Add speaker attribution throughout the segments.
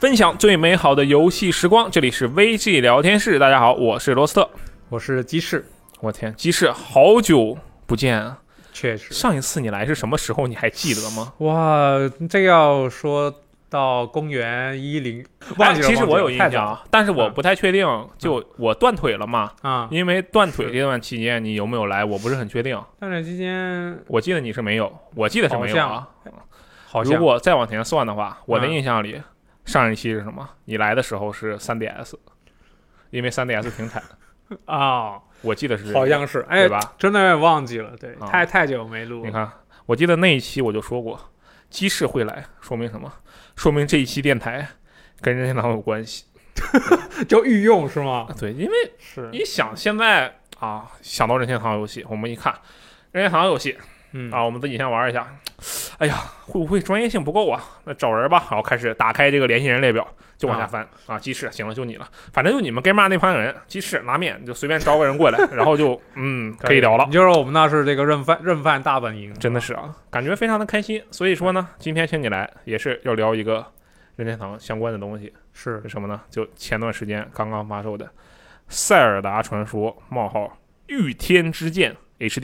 Speaker 1: 分享最美好的游戏时光，这里是 VG 聊天室。大家好，我是罗斯特。
Speaker 2: 我是鸡翅，
Speaker 1: 我天，鸡翅，好久不见啊！
Speaker 2: 确实，
Speaker 1: 上一次你来是什么时候？你还记得吗？
Speaker 2: 哇，这要说到公元一零， 忘记了。
Speaker 1: 哎其实
Speaker 2: 忘记
Speaker 1: 我
Speaker 2: 了
Speaker 1: 有印
Speaker 2: 太早
Speaker 1: 象，但是我
Speaker 2: 嗯
Speaker 1: 不太确定。就我断腿了嘛，
Speaker 2: 啊，
Speaker 1: 因为断腿
Speaker 2: 是
Speaker 1: 这段期间你有没有来，我不是很确定。
Speaker 2: 但是期间
Speaker 1: 我记得你是没有，我记得是没有啊。
Speaker 2: 好
Speaker 1: 如
Speaker 2: 像
Speaker 1: 果再往前算的话，我的
Speaker 2: 嗯
Speaker 1: 印象里、上一期是什么？你来的时候是 3DS，因为 3DS 停产，
Speaker 2: 啊，
Speaker 1: 我记得是这个
Speaker 2: 好像是，哎
Speaker 1: 对，吧？
Speaker 2: 真的有点忘记了，对，
Speaker 1: 啊
Speaker 2: 太太久没录
Speaker 1: 你
Speaker 2: 了，
Speaker 1: 看，我记得那一期我就说过，鸡翅会来，说明什么？说明这一期电台跟任天堂有关系。
Speaker 2: 就御用是吗？
Speaker 1: 对，因为
Speaker 2: 是，
Speaker 1: 你想现在啊，想到任天堂游戏，我们一看任天堂游戏
Speaker 2: 嗯
Speaker 1: 啊，我们自己先玩一下。哎呀，会不会专业性不够啊？那找人吧，然后开始打开这个联系人列表，就往下翻啊鸡翅，行了，就你了，反正就你们 g a m e 那帮人，鸡翅拉面，你就随便招个人过来，然后就嗯， 可以聊了
Speaker 2: 你。就是我们那是这个认饭认饭大本营，
Speaker 1: 真的是啊，感觉非常的开心。所以说呢，今天请你来也是要聊一个任天堂相关的东西，
Speaker 2: 是
Speaker 1: 是什么呢？就前段时间刚刚发售的《塞尔达传说：冒号御天之剑 HD》，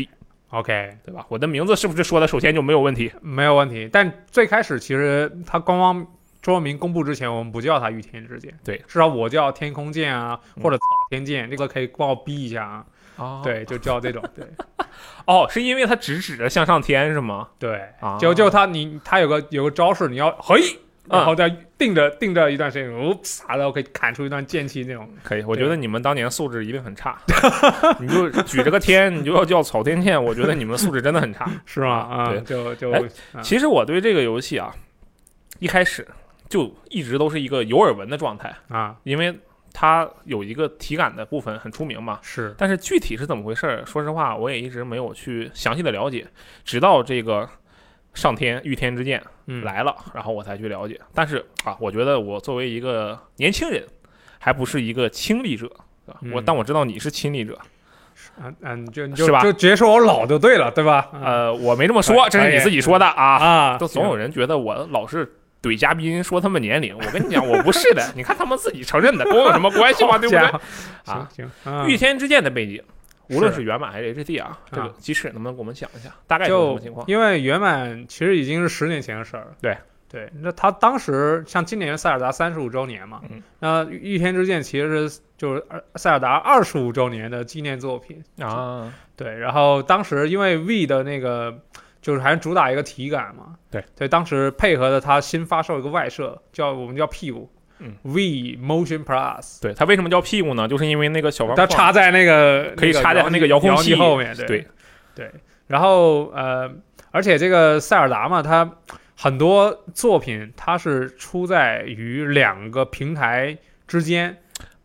Speaker 2: OK，
Speaker 1: 对吧？我的名字是不是说的首先就没有问题？
Speaker 2: 没有问题。但最开始其实它官方中文名公布之前，我们不叫它御天之剑，
Speaker 1: 对
Speaker 2: 至少我叫天空剑啊，
Speaker 1: 嗯
Speaker 2: 或者草天剑，这个可以帮我逼一下啊，
Speaker 1: 哦 对，
Speaker 2: 对，就叫这种，对。
Speaker 1: 哦，是因为它直指着向上天是吗？
Speaker 2: 对，
Speaker 1: 啊
Speaker 2: 就就他你他有个有个招式，你要嘿，
Speaker 1: 嗯
Speaker 2: 然后再定着定着一段时间，哦，啪，然后可以砍出一段剑气那种。
Speaker 1: 可以，我
Speaker 2: 对
Speaker 1: 觉得你们当年素质一定很差。 你就举着个天，你就要叫草天剑，我觉得你们素质真的很差。
Speaker 2: 是吗？啊、
Speaker 1: 对
Speaker 2: 就就、
Speaker 1: 哎
Speaker 2: 啊
Speaker 1: 其实我对这个游戏啊，一开始就一直都是一个有耳闻的状态，
Speaker 2: 啊
Speaker 1: 因为它有一个体感的部分很出名嘛。
Speaker 2: 是
Speaker 1: 但是具体是怎么回事儿，说实话我也一直没有去详细的了解，直到这个上天御天之剑
Speaker 2: 嗯
Speaker 1: 来了，然后我才去了解。但是啊，我觉得我作为一个年轻人，还不是一个亲历者。啊我
Speaker 2: 嗯
Speaker 1: 但我知道你是亲历者，
Speaker 2: 嗯嗯，就你就是
Speaker 1: 吧
Speaker 2: 就直接说我老就对了，对吧？啊
Speaker 1: 呃，我没这么说，
Speaker 2: 哎
Speaker 1: 这是你
Speaker 2: 哎
Speaker 1: 自己说的啊。
Speaker 2: 啊，
Speaker 1: 都总有
Speaker 2: 人
Speaker 1: 人觉得我老是怼嘉宾说他们年龄，我跟你讲，我不是的，你看他们自己承认的，跟我有什么关系吗？对不对？？
Speaker 2: 行
Speaker 1: 啊
Speaker 2: 行，
Speaker 1: 御
Speaker 2: 嗯
Speaker 1: 天之剑的背景，无论
Speaker 2: 是
Speaker 1: 是原版还是 HD 啊，这个
Speaker 2: 啊
Speaker 1: 鸡翅能不能给我们讲一下，大概是什
Speaker 2: 就
Speaker 1: 么情况？
Speaker 2: 因为原版其实已经是十年前的事儿了。
Speaker 1: 对
Speaker 2: 对，那他当时像今年塞尔达三十五周年嘛，
Speaker 1: 嗯
Speaker 2: 那《御天之剑》其实是就是呃塞尔达二十五周年的纪念作品。
Speaker 1: 啊，
Speaker 2: 对，然后当时因为 V 的那个就是还是主打一个体感嘛，
Speaker 1: 对
Speaker 2: 对，当时配合的它新发售一个外设，叫我们叫屁股，
Speaker 1: 嗯
Speaker 2: ，V Motion Plus，
Speaker 1: 对，它为什么叫屁股呢？就是因为那个小方
Speaker 2: 它
Speaker 1: 框
Speaker 2: 插在那个
Speaker 1: 可以插在它那个遥
Speaker 2: 遥
Speaker 1: 控器
Speaker 2: 遥后面，对
Speaker 1: 对，
Speaker 2: 对，然后呃，而且这个塞尔达嘛，它很多作品它是出在于两个平台之间，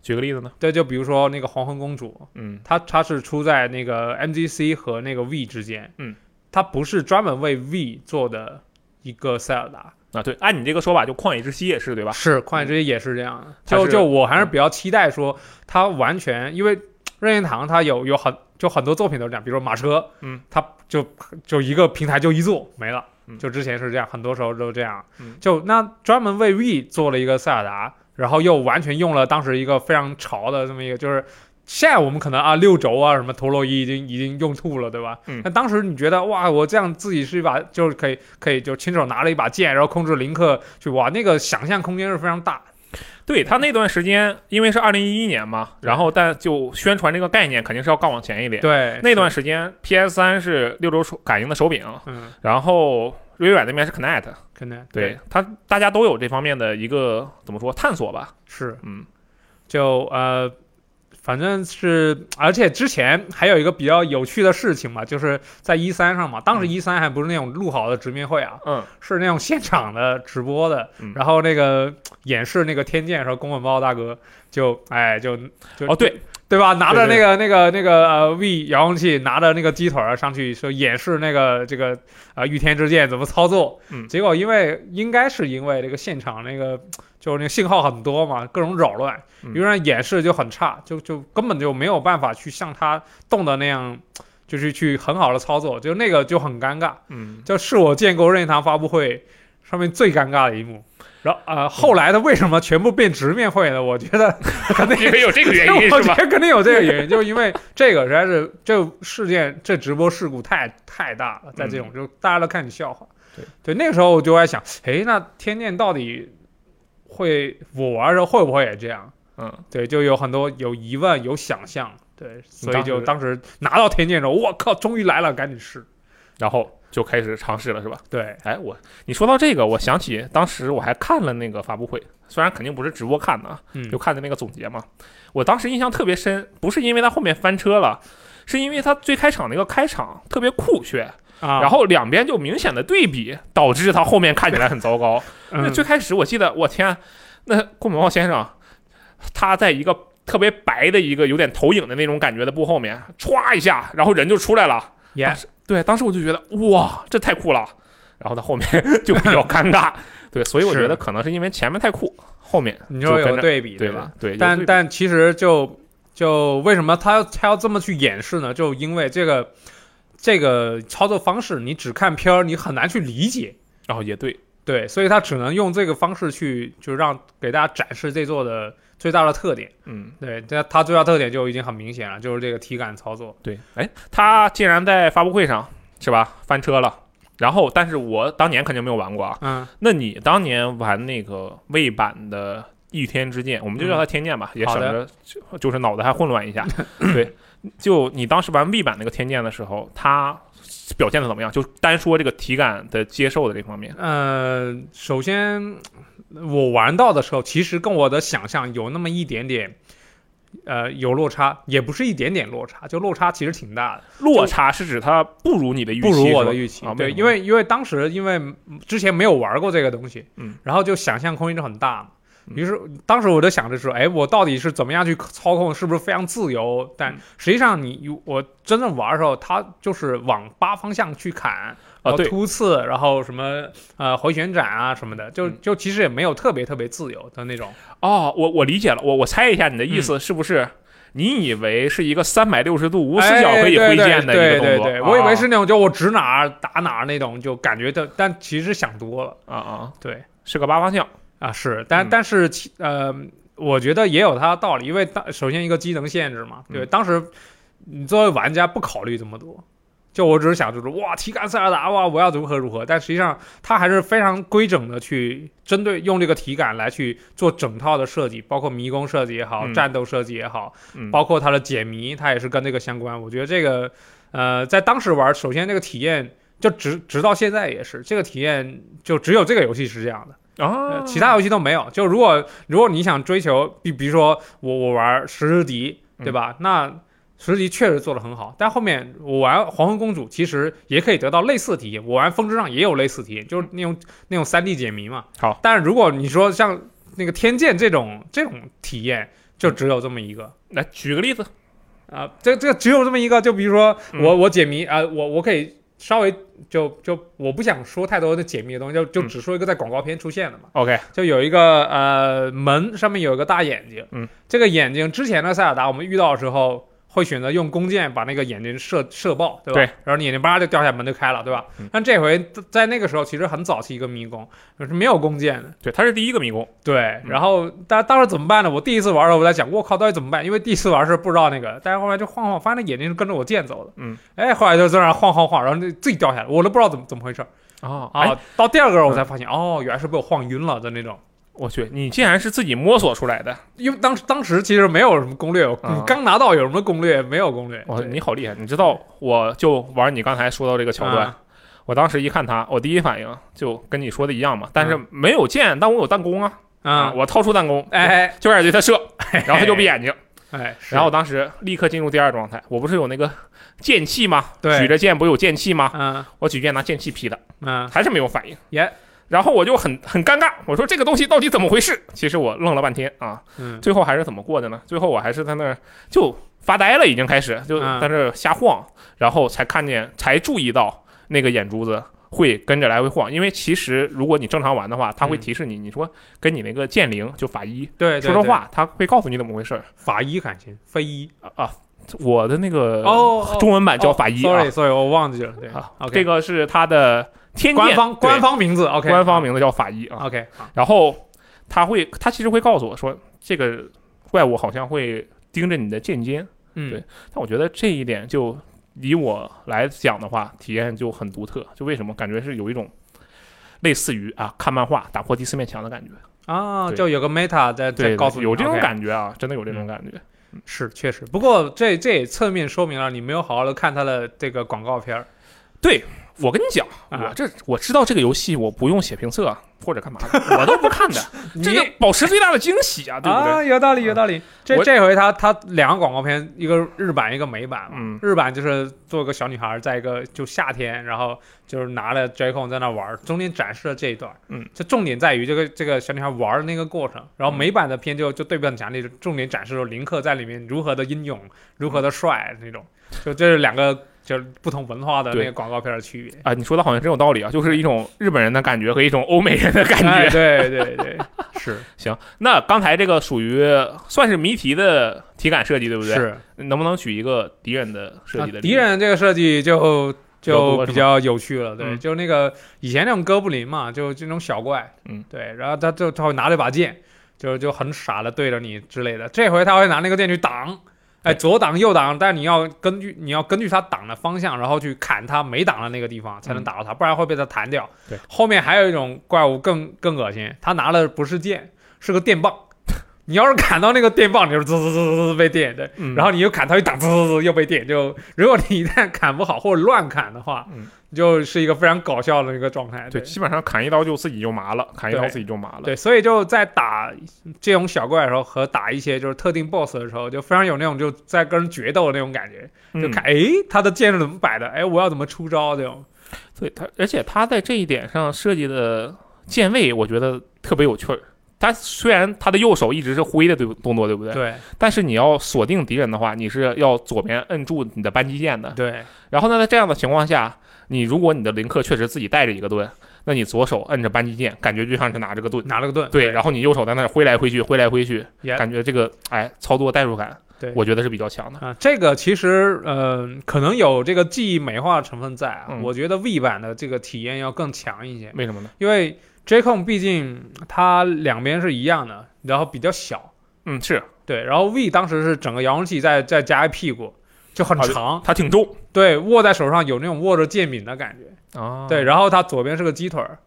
Speaker 1: 举个例子呢，
Speaker 2: 对，就比如说那个黄昏公主，
Speaker 1: 嗯
Speaker 2: 它它是出在那个 MGC 和那个 V 之间，
Speaker 1: 嗯，
Speaker 2: 它不是专门为 V 做的一个塞尔达，
Speaker 1: 啊，对，按你这个说法，就旷野之息也是对吧？
Speaker 2: 是旷野之息也是这样的，
Speaker 1: 它
Speaker 2: 就是就我还是
Speaker 1: 嗯
Speaker 2: 比较期待说它完全，因为任天堂它有有很就很多作品都是这样，比如说马车，
Speaker 1: 嗯，
Speaker 2: 它就就一个平台就一座没了
Speaker 1: 嗯，
Speaker 2: 就之前是这样，很多时候都这样，
Speaker 1: 嗯
Speaker 2: 就那专门为 V 做了一个塞尔达，然后又完全用了当时一个非常潮的这么一个就是。现在我们可能啊六轴啊什么陀螺仪已经已经用吐了，对吧？
Speaker 1: 嗯
Speaker 2: 那当时你觉得哇，我这样自己是一把就是可以可以就亲手拿了一把剑，然后控制林克去哇，那个想象空间是非常大。
Speaker 1: 对
Speaker 2: 嗯
Speaker 1: 他那段时间，因为是二零一一年嘛，然后但就宣传这个概念肯定是要更往前一点。
Speaker 2: 对，
Speaker 1: 那段
Speaker 2: 是
Speaker 1: 时间 PS 三是六轴手感应的手柄，
Speaker 2: 嗯，
Speaker 1: 然后微软那边是 Connect，
Speaker 2: 可能
Speaker 1: 对它大家都有这方面的一个怎么说探索吧，
Speaker 2: 是
Speaker 1: 嗯，
Speaker 2: 就呃，反正是，而且之前还有一个比较有趣的事情嘛，就是在一三上嘛，当时
Speaker 1: 嗯
Speaker 2: 一三还不是那种录好的直面会啊，
Speaker 1: 嗯，
Speaker 2: 是那种现场的直播的，
Speaker 1: 嗯
Speaker 2: 然后那个演示那个天剑的时候，宫本茂大哥就哎就就
Speaker 1: 哦对，
Speaker 2: 对吧？拿着
Speaker 1: 对
Speaker 2: 那个那个那个呃 V 遥控器，拿着那个鸡腿儿上去说演示那个这个呃御天之剑怎么操作。
Speaker 1: 嗯
Speaker 2: 结果因为应该是因为这个现场那个就是那个信号很多嘛，各种扰乱，
Speaker 1: 嗯
Speaker 2: 于是演示就很差，就就根本就没有办法去像他动的那样，就是去很好的操作，就那个就很尴尬。
Speaker 1: 嗯，
Speaker 2: 就是我见过任天堂发布会上面最尴尬的一幕。然后
Speaker 1: 嗯
Speaker 2: 呃，后来的为什么全部变直面会呢？我觉得 肯定
Speaker 1: 因为有这个原因
Speaker 2: 我
Speaker 1: 是吧？
Speaker 2: 觉 得肯定有这个原因，就是因为这个实在是这个事件这直播事故太太大了，在这种就大家都看你笑话。
Speaker 1: 嗯对
Speaker 2: 对，那个时候我就在想，诶，那天剑到底会我玩的时候会不会也这样？
Speaker 1: 嗯，
Speaker 2: 对，就有很多有疑问，有想象。对，所以就
Speaker 1: 你
Speaker 2: 当时拿到天剑的时候，我靠，终于来了，赶紧试。
Speaker 1: 然后就开始尝试了是吧？
Speaker 2: 对，
Speaker 1: 哎，我你说到这个，我想起当时我还看了那个发布会，虽然肯定不是直播看的啊，
Speaker 2: 嗯
Speaker 1: 就看的那个总结嘛。我当时印象特别深，不是因为他后面翻车了，是因为他最开场那个开场特别酷炫，
Speaker 2: 啊，
Speaker 1: 然后两边就明显的对比，导致他后面看起来很糟糕。那
Speaker 2: 嗯
Speaker 1: 最开始我记得，我天，啊那顾某茂先生他在一个特别白的一个有点投影的那种感觉的布后面，歘一下，然后人就出来了。
Speaker 2: 耶
Speaker 1: 当时对，当时我就觉得哇，这太酷了。然后他后面 就比 较尴尬，对，所以我
Speaker 2: 是
Speaker 1: 觉得可能是因为前面太酷，后面
Speaker 2: 你说
Speaker 1: 就跟
Speaker 2: 有
Speaker 1: 着
Speaker 2: 对比
Speaker 1: 对
Speaker 2: 吧？？
Speaker 1: 对，有对
Speaker 2: 但
Speaker 1: 比
Speaker 2: 但其实就就为什么他要他要这么去演示呢？就因为这个这个操作方式，你只看片儿，你很难去理解。
Speaker 1: 然哦后也对，
Speaker 2: 对，所以他只能用这个方式去，就让给大家展示这座的最大的特点。
Speaker 1: 嗯，
Speaker 2: 对，它它最大特点就已经很明显了，就是这个体感操作。
Speaker 1: 对，哎，他竟然在发布会上是吧翻车了，然后但是我当年肯定没有玩过啊，
Speaker 2: 嗯，
Speaker 1: 那你当年玩那个魏版的《一天之剑》，我们就叫它天剑吧，也省
Speaker 2: 嗯好
Speaker 1: 着就就是脑子还混乱一 下。对，就你当时玩魏版那个天剑的时候，它表现的怎么样？就单说这个体感的接受的这方面，
Speaker 2: 呃，首先我玩到的时候，其实跟我的想象有那么一点点，呃，有落差，也不是一点点落差，就落差其实挺大的。
Speaker 1: 落差是指它不如你的预期，
Speaker 2: 不如我
Speaker 1: 是
Speaker 2: 的
Speaker 1: 吧
Speaker 2: 预期
Speaker 1: 啊。
Speaker 2: 对，
Speaker 1: 没有
Speaker 2: 因为因为当时因为嗯之前没有玩过这个东西，
Speaker 1: 嗯，
Speaker 2: 然后就想象空间就很大嘛。
Speaker 1: 嗯
Speaker 2: 于是当时我就想着说，哎，我到底是怎么样去操控，是不是非常自由？但
Speaker 1: 嗯
Speaker 2: 实际上你我真正玩的时候，它就是往八方向去砍，然
Speaker 1: 啊
Speaker 2: 后
Speaker 1: 对
Speaker 2: 突刺，然后什么呃回旋斩啊什么的，就
Speaker 1: 嗯
Speaker 2: 就其实也没有特别特别自由的那种。
Speaker 1: 哦，我我理解了，我我猜一下你的意思
Speaker 2: 嗯
Speaker 1: 是不是？你以为是一个三百六十度无死角可以挥剑的一
Speaker 2: 哎
Speaker 1: 个
Speaker 2: 对对对
Speaker 1: 动作？
Speaker 2: 对对，我以为
Speaker 1: 啊
Speaker 2: 是那种就我指哪儿打哪儿那种，就感觉的，但其实想多了，
Speaker 1: 啊啊，
Speaker 2: 对。
Speaker 1: 是个八方向，
Speaker 2: 啊，是，但
Speaker 1: 嗯
Speaker 2: 但是其呃，我觉得也有它的道理，因为当首先一个机能限制嘛，对，
Speaker 1: 嗯
Speaker 2: 当时你作为玩家不考虑这么多，就我只是想就是哇，体感塞尔达哇，我要如何如何，但实际上它还是非常规整的去针对用这个体感来去做整套的设计，包括迷宫设计也好，
Speaker 1: 嗯
Speaker 2: 战斗设计也好，
Speaker 1: 嗯，
Speaker 2: 包括它的解谜，它也是跟这个相关。我觉得这个，呃，在当时玩，首先这个体验，就直直到现在也是，这个体验就只有这个游戏是这样的。
Speaker 1: 啊
Speaker 2: 呃，，其他游戏都没有。就如果如果你想追求，比比如说我我玩石之笛，
Speaker 1: 嗯
Speaker 2: 对吧？那石之笛确实做的很好，但后面我玩黄昏公主，其实也可以得到类似的体验。我玩风之杖也有类似体验，就是那种那种三 D 解谜嘛。
Speaker 1: 好，
Speaker 2: 但是如果你说像那个天剑这种这种体验，就只有这么一个。
Speaker 1: 来举个例子，
Speaker 2: 啊、这这只有这么一个，就比如说
Speaker 1: 嗯
Speaker 2: 我我解谜啊、我我可以稍微就就我不想说太多的解谜的东西，就就
Speaker 1: 嗯
Speaker 2: 只说一个在广告片出现的嘛。
Speaker 1: OK，
Speaker 2: 就有一个呃门上面有一个大眼睛，
Speaker 1: 嗯，
Speaker 2: 这个眼睛之前的塞尔达我们遇到的时候会选择用弓箭把那个眼睛射射爆，对吧？
Speaker 1: 对
Speaker 2: 然后你眼睛叭就掉下门就开了，对吧？
Speaker 1: 嗯
Speaker 2: 但这回在那个时候其实很早期一个迷宫是没有弓箭的，
Speaker 1: 对，它是第一个迷宫，
Speaker 2: 对。然后但当时怎么办呢？我第一次玩的时候我在想，我靠，到底怎么办？因为第一次玩是不知道那个，但是后来就晃晃，发现那眼睛是跟着我箭走的，
Speaker 1: 嗯，
Speaker 2: 哎，后来就在那晃晃晃，然后就自己掉下来，我都不知道怎么怎么回事儿
Speaker 1: 啊
Speaker 2: 啊。到第二个我才发现，哦，原来是被我晃晕了的那种。
Speaker 1: 我去，你竟然是自己摸索出来的，
Speaker 2: 因为当时当时其实没有什么攻略，你刚拿到有什么攻略？没有攻略。
Speaker 1: 哇，
Speaker 2: 对
Speaker 1: 啊哦你好厉害！你知道，我就玩你刚才说到这个桥段，
Speaker 2: 啊
Speaker 1: 我当时一看他，我第一反应就跟你说的一样嘛，但是没有剑，但我有弹弓啊，啊，
Speaker 2: 啊，
Speaker 1: 我掏出弹弓，，
Speaker 2: 哎
Speaker 1: 就开始对他射，然后他就闭眼睛，
Speaker 2: 哎，
Speaker 1: 然后我当时立刻进入第二状态，我不是有那个剑气吗？
Speaker 2: 对
Speaker 1: 举着剑不是有剑气吗？
Speaker 2: 嗯
Speaker 1: 我举剑拿剑气劈他，
Speaker 2: 嗯
Speaker 1: 还是没有反应，
Speaker 2: 耶，
Speaker 1: 然后我就很很尴尬，我说这个东西到底怎么回事？其实我愣了半天啊，
Speaker 2: 嗯
Speaker 1: 最后还是怎么过的呢？最后我还是在那儿就发呆了，已经开始就
Speaker 2: 嗯
Speaker 1: 在那儿瞎晃，然后才看见才注意到那个眼珠子。会跟着来回晃，因为其实如果你正常玩的话，它会
Speaker 2: 嗯
Speaker 1: 提示你，你说跟你那个剑灵就法医
Speaker 2: 对，对
Speaker 1: 说说，话，它会告诉你怎么回事儿
Speaker 2: 对法医感情，非医
Speaker 1: 啊啊。我的那个
Speaker 2: 哦哦
Speaker 1: 中文版叫法医啊，
Speaker 2: ，sorry，sorry，我忘记了，对
Speaker 1: 啊
Speaker 2: ，OK，
Speaker 1: 这个是它的天
Speaker 2: 官
Speaker 1: 剑
Speaker 2: 方
Speaker 1: 对
Speaker 2: 官方名字，OK，
Speaker 1: 官方名字叫法医啊。
Speaker 2: ，OK，好
Speaker 1: 然后他会，他其实会告诉我说，这个怪物好像会盯着你的剑尖，
Speaker 2: 嗯
Speaker 1: 对，但我觉得这一点就以我来讲的话，体验就很独特。就为什么感觉是有一种类似于啊看漫画打破第四面墙的感觉，
Speaker 2: 啊，
Speaker 1: 对
Speaker 2: 就有个 meta 在在
Speaker 1: 对，
Speaker 2: 告诉你，
Speaker 1: 有这种
Speaker 2: OK 嗯
Speaker 1: 感觉啊，真的有这种感觉。
Speaker 2: 是确实，不过这这也侧面说明了你没有好好的看它的这个广告片儿，
Speaker 1: 我跟你讲，
Speaker 2: 啊
Speaker 1: 我这我知道这个游戏，我不用写评测啊或者干嘛 的，我都不看的，这就
Speaker 2: 你
Speaker 1: 保持最大的惊喜啊，对不对？
Speaker 2: 啊，有道理，有道理。这
Speaker 1: 我
Speaker 2: 这回他他两个广告片，一个日版，一个美版嘛。
Speaker 1: 嗯
Speaker 2: 日版就是做个小女孩，在一个就夏天，然后就是拿着 j o c o n 在那玩儿，中间展示了这一段。
Speaker 1: 嗯，
Speaker 2: 这重点在于这个这个小女孩玩儿的那个过程。然后
Speaker 1: 嗯
Speaker 2: 美版的片就就对比很强烈，就重点展示了林克在里面如何的英勇，如何的帅那种。就这是两个就是不同文化的那
Speaker 1: 对
Speaker 2: 个广告片的区别。
Speaker 1: 啊，你说的好像真有道理啊，就是一种日本人的感觉和一种欧美人的感觉。
Speaker 2: 哎对对对， 是
Speaker 1: 行，那刚才这个属于算是谜题的体感设计，对不对？
Speaker 2: 是。
Speaker 1: 能不能举一个敌人的设
Speaker 2: 啊
Speaker 1: 计的例子、
Speaker 2: 敌人这个设计就
Speaker 1: 比较多
Speaker 2: 就是
Speaker 1: 吗
Speaker 2: 比较有趣了，对，
Speaker 1: 嗯
Speaker 2: 就那个以前那种哥布林嘛，就这种小怪，
Speaker 1: 嗯，
Speaker 2: 对，然后他就他会拿着把剑，就就很傻的对着你之类的，这回他会拿那个剑去挡。哎，左挡右挡，但你要根据你要根据他挡的方向，然后去砍他没挡的那个地方，才
Speaker 1: 嗯
Speaker 2: 能打到他，不然会被他弹掉。
Speaker 1: 对，
Speaker 2: 后面还有一种怪物更更恶心，他拿的不是剑，是个 电棒。你要是砍到那个电棒，你就滋滋滋滋滋被电，对，
Speaker 1: 嗯，
Speaker 2: 然后你又砍它一打，滋滋滋又被电。就如果你一旦砍不好或者乱砍的话，
Speaker 1: 嗯
Speaker 2: 就是一个非常搞笑的一个状态。
Speaker 1: 对，
Speaker 2: 对
Speaker 1: 基本上砍一刀就自己就麻了，砍一刀
Speaker 2: 对
Speaker 1: 自己就麻了。
Speaker 2: 对所以就在打这种小怪的时候和打一些就是特定 BOSS 的时候，就非常有那种就在跟人决斗的那种感觉。
Speaker 1: 嗯，
Speaker 2: 就看，哎，他的剑是怎么摆的？哎，我要怎么出招？这种
Speaker 1: 对他，而且他在这一点上设计的键位，我觉得特别有趣儿。他虽然他的右手一直是挥的对动作，对不对？
Speaker 2: 对
Speaker 1: 但是你要锁定敌人的话，你是要左边摁住你的扳机键的。
Speaker 2: 对
Speaker 1: 然后呢，在这样的情况下，你如果你的林克确实自己带着一个盾，那你左手摁着扳机键，感觉就像是拿着个盾。
Speaker 2: 拿了个盾，
Speaker 1: 对，然后你右手在那儿挥来挥去，挥来挥去
Speaker 2: Yeah
Speaker 1: 感觉这个哎操作代入感，
Speaker 2: 对
Speaker 1: 我觉得是比较强的。
Speaker 2: 啊，这个其实呃，可能有这个记忆美化的成分在啊。
Speaker 1: 嗯
Speaker 2: 我觉得 V 版的这个体验要更强一些。
Speaker 1: 为什么呢？
Speaker 2: 因为 j c o n 毕竟它两边是一样的，然后比较小，
Speaker 1: 嗯，是
Speaker 2: 对。然后 V 当时是整个遥控器再再加一屁股，就很
Speaker 1: 好的
Speaker 2: 长，
Speaker 1: 它挺重
Speaker 2: 对，握在手上有那种握着剑柄的感觉，
Speaker 1: 啊
Speaker 2: 对。，然后它左边是个鸡腿儿，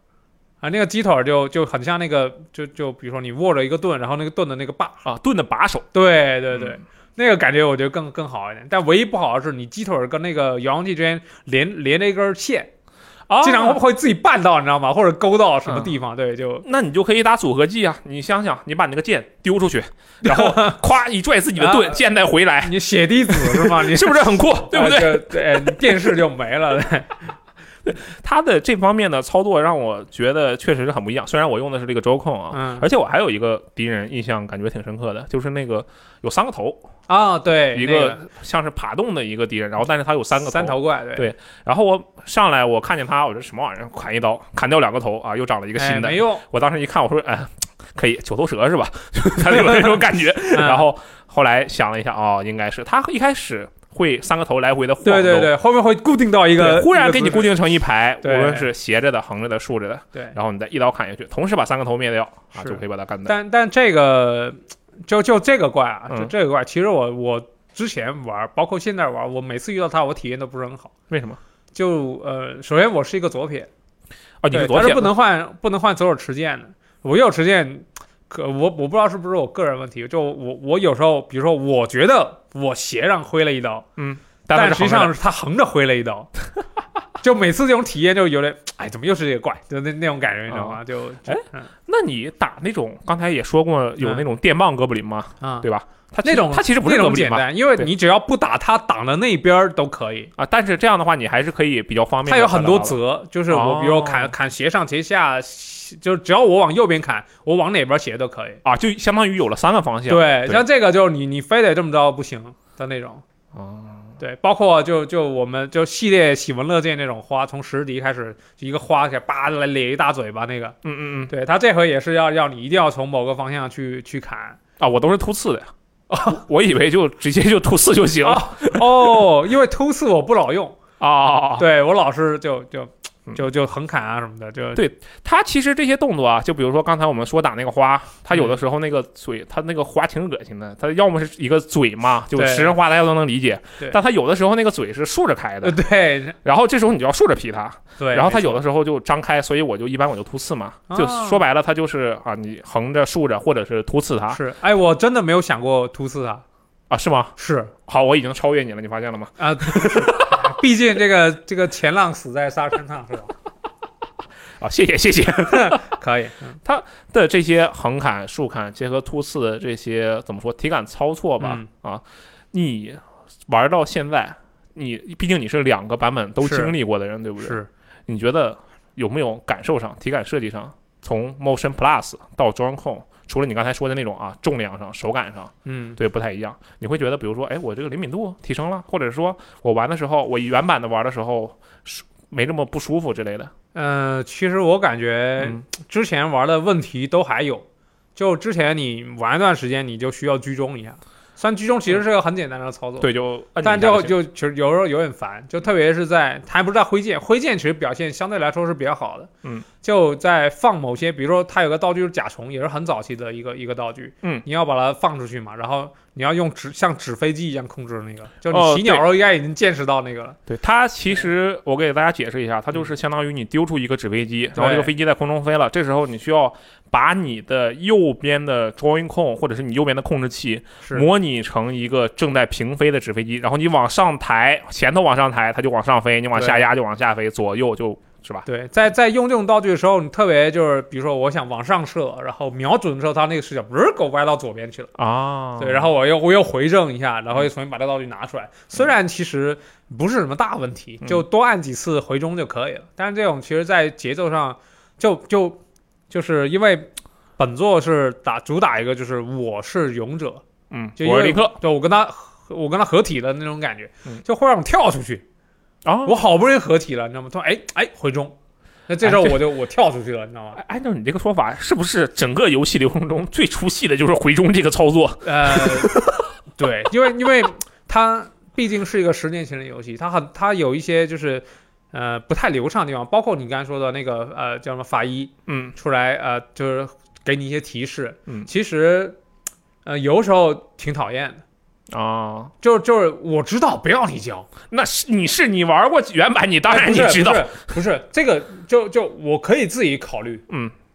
Speaker 2: 啊，那个鸡腿儿就就很像那个，就就比如说你握着一个盾，然后那个盾的那个把，
Speaker 1: 啊，盾的把手，
Speaker 2: 对对对。
Speaker 1: 嗯
Speaker 2: 那个感觉我觉得更更好一点，但唯一不好的是你鸡腿儿跟那个遥控器之间连连着一根线，
Speaker 1: 啊，
Speaker 2: 经常会自己绊到，你知道吗？或者勾到什么地方，对，就
Speaker 1: 那你就可以打组合技啊！你想想，你把那个剑丢出去，然 后咵一拽自己的盾，
Speaker 2: 啊
Speaker 1: 剑再回来，
Speaker 2: 你血滴子是吗？ 你
Speaker 1: 是不是很酷？对不对？ 哎
Speaker 2: 对？对，电视就没了。 对
Speaker 1: 它的这方面的操作让我觉得确实是很不一样。虽然我用的是这个周控啊，
Speaker 2: 嗯
Speaker 1: 而且我还有一个敌人印象感觉挺深刻的，就是那个有三个头，
Speaker 2: 啊，对，
Speaker 1: 一
Speaker 2: 那
Speaker 1: 个
Speaker 2: 个
Speaker 1: 像是爬动的一个敌人，然后但是他有三个
Speaker 2: 三
Speaker 1: 头。
Speaker 2: 头怪，对
Speaker 1: 对然后我上来我看见他，我说什么玩意儿？砍一刀，砍掉两个头啊，又长了一
Speaker 2: 一
Speaker 1: 个新的。
Speaker 2: 哎没用。
Speaker 1: 我当时一看，我说哎，可以九头蛇是吧？ 他有那种感觉。
Speaker 2: 嗯
Speaker 1: 然后后来想了一下，哦，应该是他一开始会三个头来回的晃动。
Speaker 2: 对对对，后面会固定到一
Speaker 1: 对
Speaker 2: 个，
Speaker 1: 忽然给
Speaker 2: 一
Speaker 1: 你
Speaker 2: 个姿势
Speaker 1: 固定成一排，无
Speaker 2: 对
Speaker 1: 论是斜着的、横着的、竖着的，
Speaker 2: 对，
Speaker 1: 然后你再一刀砍下去，同时把三个头灭掉啊，
Speaker 2: 是
Speaker 1: 就可以把它干掉。
Speaker 2: 但但这个就就这个怪啊，
Speaker 1: 嗯
Speaker 2: 就这个怪，其实我我之前玩，包括现在玩，我每次遇到它，我体验都不是很好。
Speaker 1: 为什么？
Speaker 2: 就呃，首先我是一个左撇，
Speaker 1: 哦，你
Speaker 2: 对
Speaker 1: 是左
Speaker 2: 它
Speaker 1: 撇
Speaker 2: 是不
Speaker 1: 子
Speaker 2: 能换不能换左手持剑的。我右手持剑，可我我不知道是不是我个人问题，就我我有时候，比如说我觉得我斜上挥了一刀，
Speaker 1: 但它
Speaker 2: 但
Speaker 1: 是
Speaker 2: 实
Speaker 1: 横
Speaker 2: 际
Speaker 1: 着的
Speaker 2: 上是他横着挥了一刀， 就每次这种体验就有点，哎，怎么又是这个怪？就那那种感觉，你知道吗？就嗯
Speaker 1: 哎那你打那种刚才也说过有那种电棒哥布林吗？
Speaker 2: 啊，
Speaker 1: 对吧？它其
Speaker 2: 嗯那种
Speaker 1: 它其实不
Speaker 2: 那
Speaker 1: 是哥
Speaker 2: 种
Speaker 1: 布林
Speaker 2: 简
Speaker 1: 吧？
Speaker 2: 单，因为
Speaker 1: 对
Speaker 2: 你只要不打他挡的那边儿都可以。
Speaker 1: 啊，但是这样的话你还是可以比较方便。
Speaker 2: 它有很多，折，就是我比如
Speaker 1: 哦
Speaker 2: 砍砍斜上斜下，就只要我往右边砍，我往哪边斜都可以。
Speaker 1: 啊，就相当于有了三个方向。
Speaker 2: 对，
Speaker 1: 对
Speaker 2: 像这个就是你你非得这么着不行的那种。
Speaker 1: 啊，
Speaker 2: 对，包括就就我们就系列喜闻乐见那种花，从石笛开始，就一个花给叭来咧一大嘴巴那个。
Speaker 1: 嗯嗯嗯，
Speaker 2: 对他这回也是要要你一定要从某个方向去去砍。
Speaker 1: 啊，我都是突刺的呀。我我以为就直接就突刺就
Speaker 2: 啊
Speaker 1: 行了
Speaker 2: 哦，因为突刺我不老用，
Speaker 1: 啊。
Speaker 2: 对我老是就就
Speaker 1: 嗯
Speaker 2: 就就横砍啊什么的，就
Speaker 1: 对它其实这些动作啊，就比如说刚才我们说打那个花，它
Speaker 2: 嗯
Speaker 1: 有的时候那个嘴，它那个花挺恶心的，它要么是一个嘴嘛，就
Speaker 2: 对
Speaker 1: 食人花大家都能理解
Speaker 2: 对，
Speaker 1: 但它有的时候那个嘴是竖着开
Speaker 2: 呃
Speaker 1: 的，
Speaker 2: 对
Speaker 1: 然后这时候你就要竖着劈它，
Speaker 2: 对，
Speaker 1: 然后它
Speaker 2: 没错
Speaker 1: 有的时候就张开，所以我就一般我就突刺嘛，就
Speaker 2: 啊
Speaker 1: 说白了它就是啊，你横着竖着或者是突刺它
Speaker 2: 是，哎，我真的没有想过突刺他，
Speaker 1: 啊，是吗？
Speaker 2: 是
Speaker 1: 好，我已经超越你了，你发现了吗？
Speaker 2: 啊，毕竟这个这个前浪死在沙滩上是 吧？
Speaker 1: 啊，谢谢谢谢。
Speaker 2: 可以，嗯
Speaker 1: 的这些横砍、竖砍结合突刺的这些怎么说体感操作吧、
Speaker 2: 嗯
Speaker 1: 啊，你玩到现在，你毕竟你是两个版本都
Speaker 2: 是
Speaker 1: 经历过的人，对不对？
Speaker 2: 是
Speaker 1: 你觉得有没有感受上、体感设计上，从 Motion Plus 到装控，除了你刚才说的那种啊重量上、手感上，
Speaker 2: 嗯
Speaker 1: 对不太一样，你会觉得比如说，哎，我这个灵敏度提升了，或者说我玩的时候，我原版的玩的时候舒没这么不舒服之类的，
Speaker 2: 呃，其实我感觉
Speaker 1: 嗯
Speaker 2: 之前玩的问题都还有，就之前你玩一段时间你就需要居中一下，虽然居中其实是个很简单的操作，
Speaker 1: 对，就摁
Speaker 2: 但
Speaker 1: 一下
Speaker 2: 就
Speaker 1: 行
Speaker 2: 就其实有时候有点烦，就特别是在它还不是在挥剑，挥剑其实表现相对来说是比较好的。
Speaker 1: 嗯，
Speaker 2: 就在放某些，比如说它有个道具是甲虫，也是很早期的一个一个道具。
Speaker 1: 嗯
Speaker 2: 你要把它放出去嘛，然后你要用纸像纸飞机一样控制那个，就
Speaker 1: 哦
Speaker 2: 你起鸟的时候应该已经见识到那个了。
Speaker 1: 对它其实我给大家解释一下，它
Speaker 2: 嗯
Speaker 1: 就是相当于你丢出一个纸飞机，然后这个飞机在空中飞了，这时候你需要把你的右边的 Joy Con 或者是你右边的控制器
Speaker 2: 是
Speaker 1: 模拟成一个正在平飞的纸飞机，然后你往上抬，前头往上抬，它就往上飞；你往
Speaker 2: 对
Speaker 1: 下压就往下飞，左右就是吧。
Speaker 2: 对，在在用这种道具的时候，你特别就是比如说我想往上射，然后瞄准的时候，它那个视角不是给我歪到左边去了。
Speaker 1: 啊
Speaker 2: 对，然后我又我又回正一下，然
Speaker 1: 嗯
Speaker 2: 后又重新把这道具拿出来。虽然其实不是什么大问题，
Speaker 1: 嗯
Speaker 2: 就多按几次回中就可以了。但是这种其实，在节奏上就就就是因为本作是打主打一个就是我是勇者，
Speaker 1: 嗯，
Speaker 2: 就因
Speaker 1: 我
Speaker 2: 为
Speaker 1: 是立刻
Speaker 2: 对我跟他我跟他合体的那种感觉
Speaker 1: 嗯，
Speaker 2: 就会让我跳出去。
Speaker 1: 啊，
Speaker 2: 我好不容易合体了，你知道吗？突然哎哎回中，那这时候
Speaker 1: 哎
Speaker 2: 我就我跳出去了，你知 道吗？
Speaker 1: 哎按照你这个说法，是不是整个游戏流程中最出戏的就是回中这个操作？
Speaker 2: 呃，对，因为因为它毕竟是一个十年前的游戏，它很它有一些就是呃不太流畅的地方，包括你刚才说的那个呃叫什么法医
Speaker 1: 嗯
Speaker 2: 出来呃就是给你一些提示，
Speaker 1: 嗯
Speaker 2: 其实呃有时候挺讨厌的，
Speaker 1: 啊，
Speaker 2: 就就是我知道不要你教，哎
Speaker 1: 那是你是你玩过原版，你当然
Speaker 2: 不
Speaker 1: 你
Speaker 2: 是
Speaker 1: 知道
Speaker 2: 不。是不是这个就就我可以自己考虑。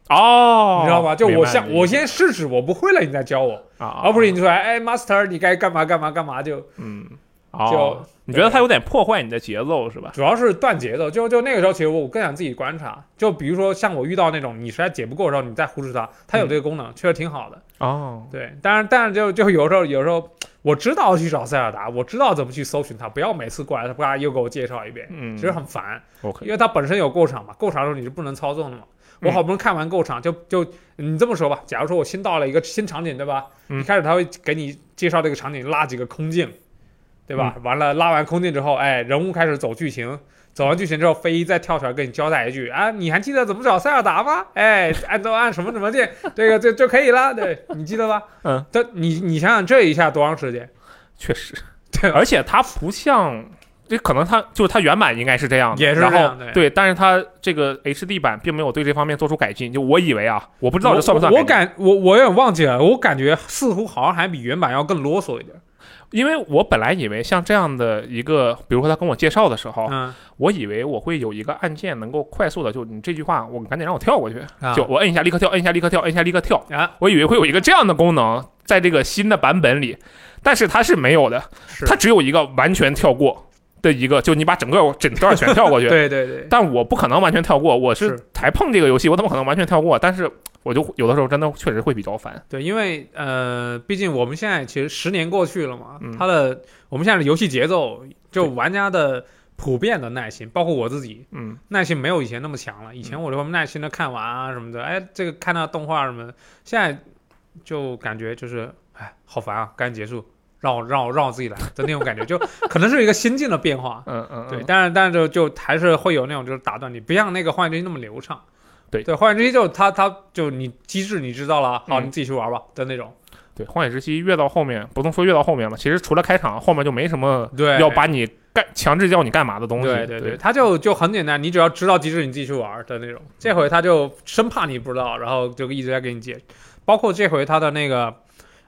Speaker 1: 哦，
Speaker 2: 你知道吗？就
Speaker 1: 明白
Speaker 2: 我像
Speaker 1: 你的
Speaker 2: 我
Speaker 1: 意思
Speaker 2: 先试试，我不会了，你再教我，
Speaker 1: 啊，
Speaker 2: 而不是你出来，哎，master，你该干嘛干嘛干嘛就
Speaker 1: 嗯，哦，你觉得它有点破坏你的节奏是吧？
Speaker 2: 主要是断节奏，就就那个时候，其实我我更想自己观察。就比如说像我遇到那种你实在解不过的时候，你再忽视它，它有
Speaker 1: 嗯
Speaker 2: 这个功能，确实挺好的。
Speaker 1: 哦，
Speaker 2: 对，但是但是就就有时候有时候我知道去找塞尔达，我知道怎么去搜寻它，不要每次过来它啪又给我介绍一遍，
Speaker 1: 嗯，
Speaker 2: 其实很烦，
Speaker 1: OK，
Speaker 2: 因为它本身有过场嘛，过场的时候你是不能操纵的嘛。我
Speaker 1: 嗯
Speaker 2: 好不容易看完过场，就就你这么说吧，假如说我新到了一个新场景，对吧？
Speaker 1: 嗯
Speaker 2: 一开始他会给你介绍这个场景，拉几个空镜，对吧？
Speaker 1: 嗯
Speaker 2: 完了拉完空镜之后，哎，人物开始走剧情，走完剧情之后，飞一再跳出来跟你交代一句啊，你还记得怎么找塞尔达吗？哎，按都按什么什么键，这个就就可以了，对你记得吧？
Speaker 1: 嗯，
Speaker 2: 这你你想想这一下多长时间？
Speaker 1: 确实，
Speaker 2: 对吧？
Speaker 1: 而且它不像。这可能它就是它原版应该是这样的，
Speaker 2: 也是这
Speaker 1: 然
Speaker 2: 样
Speaker 1: 后
Speaker 2: 对
Speaker 1: 对，但是它这个 HD 版并没有对这方面做出改进。就我以为啊，我不知道这算不算
Speaker 2: 我我
Speaker 1: 改
Speaker 2: 感我我有点忘记了，我感觉似乎好像还比原版要更啰嗦一点。
Speaker 1: 进，因为我本来以为像这样的一个，比如说他跟我介绍的时候，
Speaker 2: 嗯，
Speaker 1: 我以为我会有一个按键能够快速的，就你这句话，我赶紧让我跳过去，
Speaker 2: 啊
Speaker 1: 就我摁一下立刻跳，摁一下立刻跳，摁一下立刻跳，
Speaker 2: 啊，
Speaker 1: 我以为会有一个这样的功能在这个新的版本里，但是它是没有的，
Speaker 2: 是
Speaker 1: 它只有一个完全跳过。的一个，就你把整个整段全跳过去。
Speaker 2: 对对对，
Speaker 1: 但我不可能完全跳过，我是
Speaker 2: 是
Speaker 1: 才碰这个游戏，我怎么可能完全跳过？但是我就有的时候真的确实会比较烦。
Speaker 2: 对，因为呃，毕竟我们现在其实十年过去了嘛，
Speaker 1: 嗯
Speaker 2: 它的我们现在的游戏节奏，就
Speaker 1: 对
Speaker 2: 玩家的普遍的耐心，包括我自己
Speaker 1: 嗯，
Speaker 2: 耐心没有以前那么强了。以前我就会耐心的看完啊什么的，哎，这个看到动画什么的，现在就感觉就是哎，好烦啊，赶紧结束，让我让我让我自己来的那种感觉，就可能是一个心境的变化。
Speaker 1: 嗯嗯，
Speaker 2: 对，
Speaker 1: 嗯
Speaker 2: 但是但是就就还是会有那种就是打断你，不像那个《幻影之息》那么流畅。
Speaker 1: 对
Speaker 2: 对，《幻影之息》就是它它就你机制你知道了，好、
Speaker 1: 嗯
Speaker 2: 你自己去玩吧的那种。
Speaker 1: 对，《荒野之息》越到后面，不能说越到后面了，其实除了开场，后面就没什么
Speaker 2: 对，
Speaker 1: 要把你干强制要你干嘛的东西。
Speaker 2: 对
Speaker 1: 对
Speaker 2: 对对，它就就很简单，你只要知道机制你自己去玩的那种。这回他就生怕你不知道，然后就一直在给你解，包括这回他的那个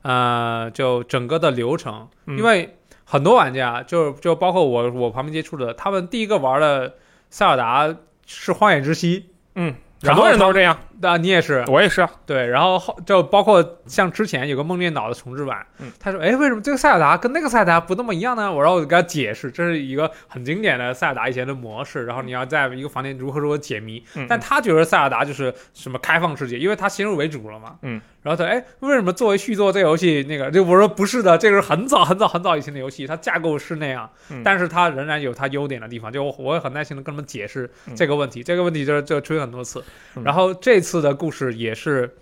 Speaker 2: 呃，就整个的流程，
Speaker 1: 嗯
Speaker 2: 因为很多玩家就就包括我我旁边接触的，他们第一个玩的塞尔达是《荒野之息》。
Speaker 1: 嗯，很
Speaker 2: 然后
Speaker 1: 多人都是
Speaker 2: 这，
Speaker 1: 这样，
Speaker 2: 那、你也是，
Speaker 1: 我也是啊。
Speaker 2: 对，然后后就包括像之前有个梦见岛的重置版，
Speaker 1: 嗯
Speaker 2: 他说，哎，为什么这个塞尔达跟那个塞尔达不那么一样呢？我让我给他解释，这是一个很经典的塞尔达以前的模式，然后你要在一个房间如何如何解谜。
Speaker 1: 嗯
Speaker 2: 但他觉得塞尔达就是什么开放世界，因为他先入为主了嘛。
Speaker 1: 嗯，
Speaker 2: 然后他哎，为什么作为续作这游戏那个就我说不是的，这个是很早很早很早以前的游戏，它架构是那样，
Speaker 1: 嗯
Speaker 2: 但是它仍然有它优点的地方。就我我也很耐心的跟他们解释
Speaker 1: 嗯
Speaker 2: 这个问题，这个问题就是就吹很多次。
Speaker 1: 嗯
Speaker 2: 然后这次的故事也是，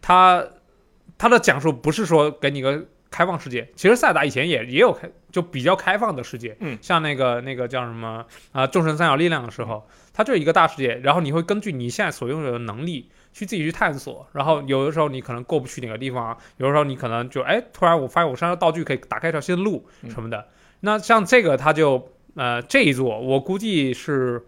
Speaker 2: 他他的讲述不是说给你个开放世界，其实塞尔达以前也也有开就比较开放的世界，
Speaker 1: 嗯
Speaker 2: 像那个那个叫什么啊、众神三角力量的时候，它就是一个大世界，然后你会根据你现在所拥有的能力去自己去探索，然后有的时候你可能过不去哪个地方，有的时候你可能就哎，突然我发现我身上的道具可以打开一条新的路
Speaker 1: 嗯
Speaker 2: 什么的，那像这个它就呃这一座我估计是。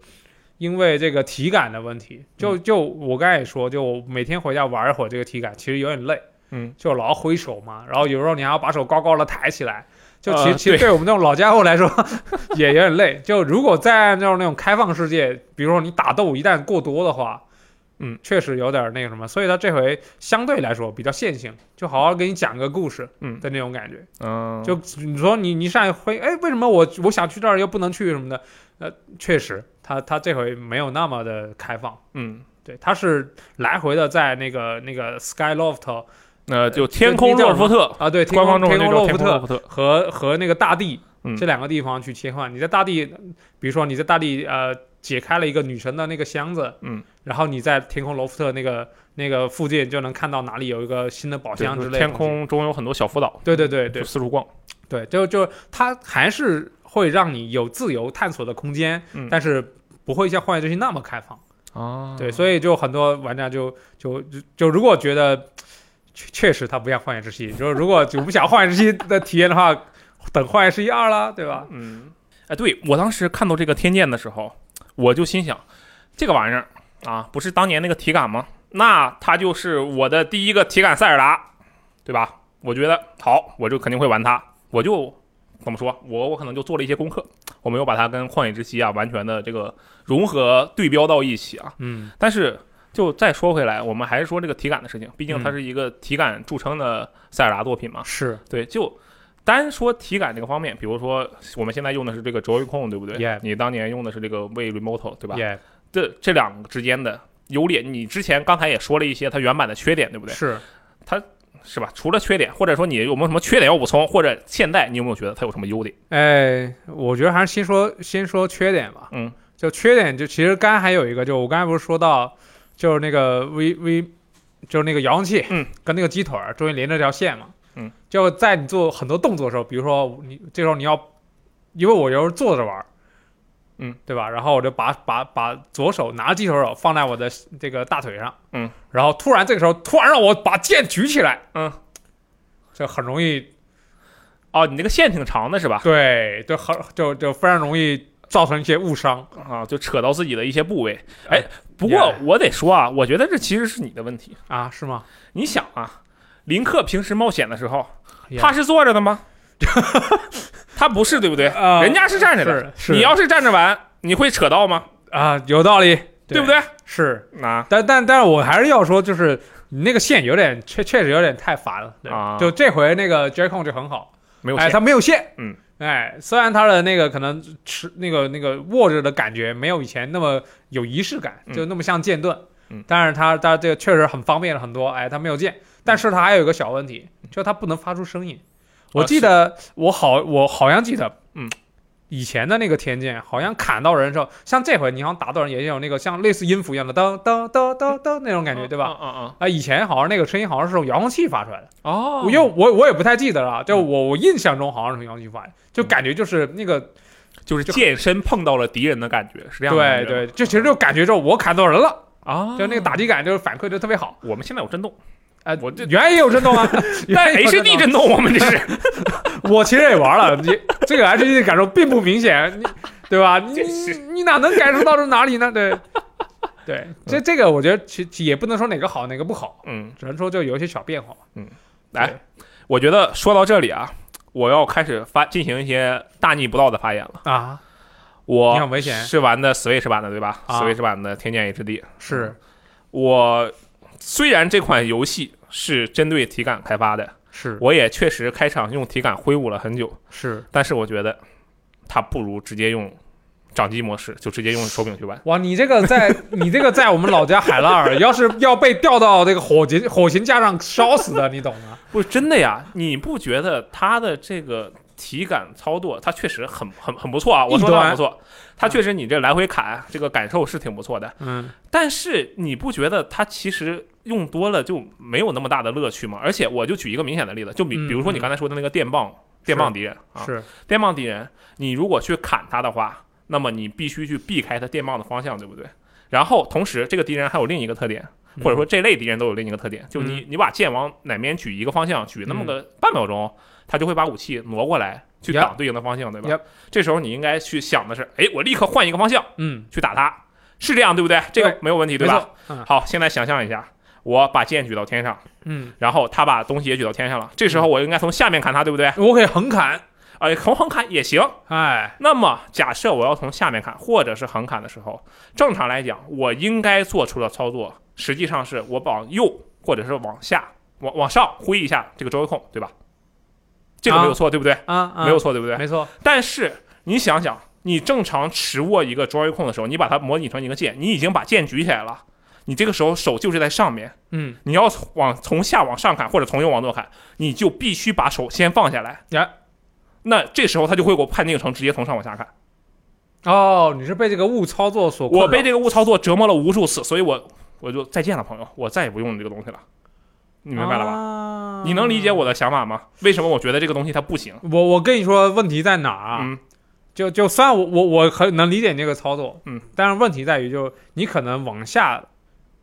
Speaker 2: 因为这个体感的问题，就就我刚才也说，就我每天回家玩一会儿，这个体感其实有点累，
Speaker 1: 嗯，
Speaker 2: 就老挥手嘛，然后有时候你还要把手高高的抬起来，就其实、
Speaker 1: 呃
Speaker 2: 其实对我们这种老家伙来说 也有点累。就如果再按照那种开放世界，比如说你打斗一旦过多的话，
Speaker 1: 嗯，
Speaker 2: 确实有点那个什么，所以他这回相对来说比较线性，就好好给你讲个故事，
Speaker 1: 嗯
Speaker 2: 的那种感觉。
Speaker 1: 嗯，
Speaker 2: 就你说你你上一回，哎，为什么我我想去这儿又不能去什么的？呃，确实，他他这回没有那么的开放，
Speaker 1: 嗯，
Speaker 2: 对，他是来回的在那个那个 Skyloft
Speaker 1: 那呃就天空洛夫特，
Speaker 2: 啊，对，天
Speaker 1: 官
Speaker 2: 空
Speaker 1: 方中文
Speaker 2: 天
Speaker 1: 就叫
Speaker 2: 空洛
Speaker 1: 天
Speaker 2: 夫
Speaker 1: 空洛
Speaker 2: 特
Speaker 1: 夫特。
Speaker 2: 和和那个大地
Speaker 1: 嗯
Speaker 2: 这两个地方去切换。你在大地，比如说你在大地呃解开了一个女神的那个箱子，
Speaker 1: 嗯，
Speaker 2: 然后你在天空罗夫特那个那个附近就能看到哪里有一个新的宝
Speaker 1: 对
Speaker 2: 箱
Speaker 1: 就
Speaker 2: 之
Speaker 1: 是
Speaker 2: 类的。
Speaker 1: 天，空中有很多小福岛，
Speaker 2: 对对对对
Speaker 1: 就四处逛。
Speaker 2: 对，就就它还是会让你有自由探索的空间，
Speaker 1: 嗯
Speaker 2: 但是不会像《荒野之息》那么开放。
Speaker 1: 啊
Speaker 2: 对，所以就很多玩家就就就就如果觉得确确实它不像《荒野之息》，就是如果我们想《荒野之息》的体验的话， 等《荒野之息二》了，对吧？
Speaker 1: 嗯，哎，对我当时看到这个天剑的时候，我就心想，这个玩意儿啊，不是当年那个体感吗？那它就是我的第一个体感塞尔达，对吧？我觉得好，我就肯定会玩它。我就怎么说，我我可能就做了一些功课，我没有把它跟旷野之息啊完全的这个融合对标到一起啊。
Speaker 2: 嗯，
Speaker 1: 但是就再说回来，我们还是说这个体感的事情，毕竟它
Speaker 2: 嗯
Speaker 1: 是一个体感著称的塞尔达作品嘛。
Speaker 2: 是
Speaker 1: 对，就单说体感这个方面，比如说我们现在用的是这个 Joy-Con，对不对
Speaker 2: Yeah
Speaker 1: 你当年用的是这个 w Remote，对吧
Speaker 2: 也
Speaker 1: 这这两个之间的优劣，你之前刚才也说了一些它原版的缺点，对不对？
Speaker 2: 是
Speaker 1: 是吧？除了缺点，或者说你有没有什么缺点要补充，或者现在你有没有觉得它有什么优点？
Speaker 2: 哎，我觉得还是先说先说缺点吧。
Speaker 1: 嗯，
Speaker 2: 就缺点就其实刚才还有一个，就我刚才不是说到，就是那个 V V，就是那个遥控器，
Speaker 1: 嗯，
Speaker 2: 跟那个鸡腿儿中间连着条线嘛，
Speaker 1: 嗯，
Speaker 2: 就在你做很多动作的时候，比如说你这时候你要，因为我有时候坐着玩儿。
Speaker 1: 嗯，
Speaker 2: 对吧？然后我就把把把左手拿鸡腿手放在我的这个大腿上，
Speaker 1: 嗯，
Speaker 2: 然后突然这个时候突然让我把剑举起来，
Speaker 1: 嗯，
Speaker 2: 就很容易
Speaker 1: 哦，你那个线挺长的是吧？
Speaker 2: 对，就很就就非常容易造成一些误伤。
Speaker 1: 啊，就扯到自己的一些部位。哎
Speaker 2: 哎，
Speaker 1: 不过
Speaker 2: Yeah
Speaker 1: 我得说啊，我觉得这其实是你的问题。
Speaker 2: 啊，是吗？
Speaker 1: 你想啊，林克平时冒险的时候，
Speaker 2: Yeah
Speaker 1: 他是坐着的吗？ 他不是，对不对？
Speaker 2: 啊
Speaker 1: 人家是站着的。
Speaker 2: 是是，
Speaker 1: 你要是站着玩，你会扯到吗？
Speaker 2: 啊，有道理，
Speaker 1: 对不？对？
Speaker 2: 是，
Speaker 1: 那
Speaker 2: 但但但是我还是要说，就是你那个线有点确确实有点太烦了。对
Speaker 1: 啊
Speaker 2: 就这回那个 j a c o n 就很好，
Speaker 1: 没有
Speaker 2: 哎，
Speaker 1: 线
Speaker 2: 他没有线，
Speaker 1: 嗯，
Speaker 2: 哎，虽然它的那个可能持那个那个握着的感觉没有以前那么有仪式感，
Speaker 1: 嗯
Speaker 2: 就那么像剑盾，
Speaker 1: 嗯
Speaker 2: 但是它它这个确实很方便了很多，哎，它没有剑，但是它还有一个小问题，
Speaker 1: 嗯
Speaker 2: 就是它不能发出声
Speaker 1: 啊
Speaker 2: 音。我记得我好我好像记得，
Speaker 1: 嗯，
Speaker 2: 以前的那个天剑好像砍到人的时候，像这回你好像打到人也有那个像类似音符一样的噔噔噔噔噔那种感觉，对吧？
Speaker 1: 嗯嗯
Speaker 2: 啊，以前好像那个声音好像是从遥控器发出来的。
Speaker 1: 嗯，哦嗯
Speaker 2: 我又我我也不太记得了，就我我印象中好像是杨继发，就感觉就是那个
Speaker 1: 就是剑身碰到了敌人的感觉，是这样的感觉
Speaker 2: 对哦
Speaker 1: 吗。
Speaker 2: 对，就其实就感觉就是我砍到人了，
Speaker 1: 啊，
Speaker 2: 就那个打击感就是反馈就特别好。
Speaker 1: 我们现在有震动，
Speaker 2: 哎，
Speaker 1: 我这
Speaker 2: 原来也有震 动啊，
Speaker 1: 但
Speaker 2: 原来也有震
Speaker 1: HD 震动，我们这 是
Speaker 2: 动我其实也玩了，你这个 HD 的感受并不明显，你对吧？你
Speaker 1: 真是
Speaker 2: 你哪能感受到这哪里呢？ 对对，这这个我觉得其其也不能说哪个好哪个不好，
Speaker 1: 嗯。
Speaker 2: 只能说就有一些小变化。
Speaker 1: 来，我觉得说到这里啊，我要开始发进行一些大逆不道的发言了。
Speaker 2: 啊，你很
Speaker 1: 我
Speaker 2: 危险
Speaker 1: 是玩的 Switch 版的，对吧、
Speaker 2: 啊
Speaker 1: s w i t c h 版的《天剑 HD》。
Speaker 2: 是
Speaker 1: 嗯我虽然这款游戏是针对体感开发的，
Speaker 2: 是
Speaker 1: 我也确实开场用体感挥舞了很久，
Speaker 2: 是，
Speaker 1: 但是我觉得它不如直接用掌机模式，就直接用手柄去玩。
Speaker 2: 哇，你这个在你这个在我们老家海拉尔，要是要被调到这个火刑火刑架上烧死的，你懂吗？
Speaker 1: 不是真的呀，你不觉得它的这个体感操作，它确实很很很不错啊？我说
Speaker 2: 一
Speaker 1: 它
Speaker 2: 端
Speaker 1: 很不错，它确实你这来回砍，这个感受是挺不错的。
Speaker 2: 嗯，
Speaker 1: 但是你不觉得它其实用多了就没有那么大的乐趣吗？而且我就举一个明显的例子，就比
Speaker 2: 嗯
Speaker 1: 比如说你刚才说的那个电棒，电棒敌人啊，
Speaker 2: 是
Speaker 1: 电棒敌人，你如果去砍它的话，那么你必须去避开它电棒的方向，对不对？然后同时，这个敌人还有另一个特点，
Speaker 2: 嗯
Speaker 1: 或者说这类敌人都有另一个特点，就你你把剑往哪边举一个方向，举那么个
Speaker 2: 嗯
Speaker 1: 半秒钟，他就会把武器挪过来去
Speaker 2: Yep
Speaker 1: 挡对应的方向，对吧
Speaker 2: Yep
Speaker 1: 这时候你应该去想的是，哎，我立刻换一个方向
Speaker 2: 嗯，
Speaker 1: 去打他，是这样对不对？这个
Speaker 2: 对
Speaker 1: 没有问题，
Speaker 2: 没
Speaker 1: 对吧？
Speaker 2: 错，嗯
Speaker 1: 好，现在想象一下，我把剑举到天上，
Speaker 2: 嗯，
Speaker 1: 然后他把东西也举到天上了，这时候我应该从下面砍他，对不对？
Speaker 2: 我可以横砍，
Speaker 1: 哎，从横砍也行，
Speaker 2: 哎，
Speaker 1: 那么，假设我要从下面砍或者是横砍的时候，正常来讲，我应该做出的操作，实际上是我往右或者是往下、往往上挥一下这个周围控，对吧？这个没有错，对不对？
Speaker 2: 啊，啊
Speaker 1: 没有，错，对不对？
Speaker 2: 没错，
Speaker 1: 但是你想想，你正常持握一个 Joy 控的时候，你把它模拟成一个剑，你已经把剑举起来了，你这个时候手就是在上面，
Speaker 2: 嗯，
Speaker 1: 你要从往从下往上砍或者从右往左砍，你就必须把手先放下来。
Speaker 2: 呀
Speaker 1: 那这时候他就会给我判定成直接从上往下砍。
Speaker 2: 哦，你是被这个误操作所困
Speaker 1: 我
Speaker 2: 扰
Speaker 1: 被这个误操作折磨了无数次，所以我我就再见了，朋友，我再也不用你这个东西了。你明白了吧？
Speaker 2: 啊
Speaker 1: 你能理解？我的想法吗？为什么我觉得这个东西它不行？
Speaker 2: 我我跟你说，问题在哪儿啊？
Speaker 1: 嗯，
Speaker 2: 就就虽然我我我很能理解你这个操作，
Speaker 1: 嗯，
Speaker 2: 但是问题在于，就你可能往下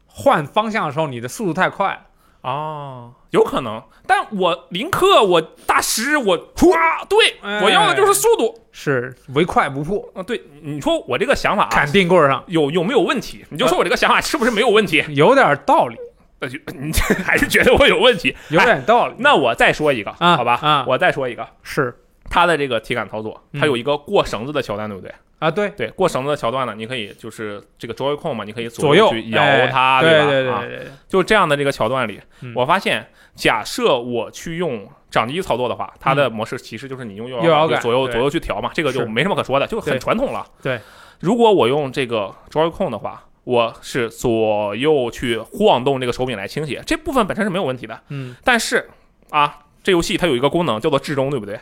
Speaker 2: 换方向的时候，你的速度太快，
Speaker 1: 哦，有可能，但我林克，我大师，我哇，对
Speaker 2: 哎
Speaker 1: 我要的就是速度。
Speaker 2: 是唯快不破，
Speaker 1: 啊，对，你说我这个想法、啊
Speaker 2: 砍、定棍儿上。
Speaker 1: 有有没有问题？你就说我这个想法是不是没有问题？
Speaker 2: 有点道理，
Speaker 1: 呃就 你还是觉得我有问题？
Speaker 2: 有点道理。
Speaker 1: 那我再说一个，
Speaker 2: 嗯啊
Speaker 1: 好吧，
Speaker 2: 啊
Speaker 1: 我再说一个，
Speaker 2: 是
Speaker 1: 它的这个体感操作，它
Speaker 2: 嗯
Speaker 1: 有一个过绳子的桥段，对不对？
Speaker 2: 啊，对，
Speaker 1: 对，过绳子的桥段呢，你可以就是这个 Joy 控嘛，你可以
Speaker 2: 左右
Speaker 1: 去摇它，吧？
Speaker 2: 哎对
Speaker 1: 啊，
Speaker 2: 对对，
Speaker 1: 就这样的这个桥段里，
Speaker 2: 嗯
Speaker 1: 我发现，假设我去用掌机操作的话，它的模式其实就是你用右
Speaker 2: 嗯右摇
Speaker 1: 杆
Speaker 2: 杆
Speaker 1: 左右
Speaker 2: 对
Speaker 1: 左右去调嘛，这个就是没什么可说的，就很
Speaker 2: 对
Speaker 1: 传统了。
Speaker 2: 对，
Speaker 1: 如果我用这个 Joy 控的话。我是左右去晃动这个手柄来倾斜，这部分本身是没有问题的。
Speaker 2: 嗯
Speaker 1: 但是啊，这游戏它有一个功能叫做置中，对不对？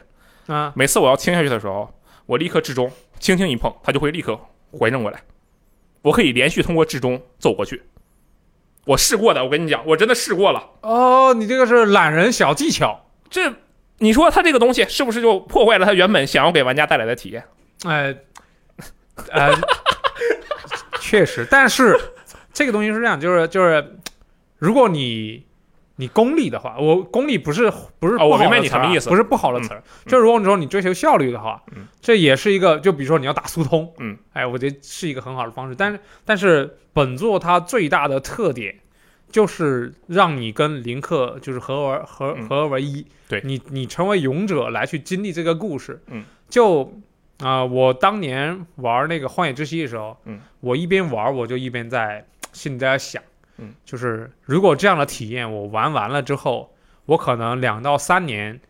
Speaker 2: 啊，
Speaker 1: 每次我要倾下去的时候，我立刻至中，轻轻一碰，它就会立刻回正过来。我可以连续通过至中走过去。我试过的，我跟你讲，我真的试过了。
Speaker 2: 哦，你这个是懒人小技巧，
Speaker 1: 这你说它这个东西是不是就破坏了它原本想要给玩家带来的体验？
Speaker 2: 哎，呃，确实，但是这个东西是这样，就是就是，如果你你功利的话，我功利不是不是
Speaker 1: 哦我
Speaker 2: 不好的
Speaker 1: 明白你
Speaker 2: 词儿啊
Speaker 1: 什么意思
Speaker 2: 不是不好的词儿，
Speaker 1: 嗯
Speaker 2: 就如果你说你追求效率的话，
Speaker 1: 嗯
Speaker 2: 这也是一个，就比如说你要打速通，
Speaker 1: 嗯，
Speaker 2: 哎，我觉得是一个很好的方式。但是但是本作它最大的特点就是让你跟林克就是合而合
Speaker 1: 嗯
Speaker 2: 合而为一，
Speaker 1: 对
Speaker 2: 你你成为勇者来去经历这个故事，
Speaker 1: 嗯，
Speaker 2: 就啊、我当年玩那个《荒野之息》的时候，
Speaker 1: 嗯，
Speaker 2: 我一边玩我就一边在心里在想，
Speaker 1: 嗯，
Speaker 2: 就是如果这样的体验我玩完了之后，我可能两到三年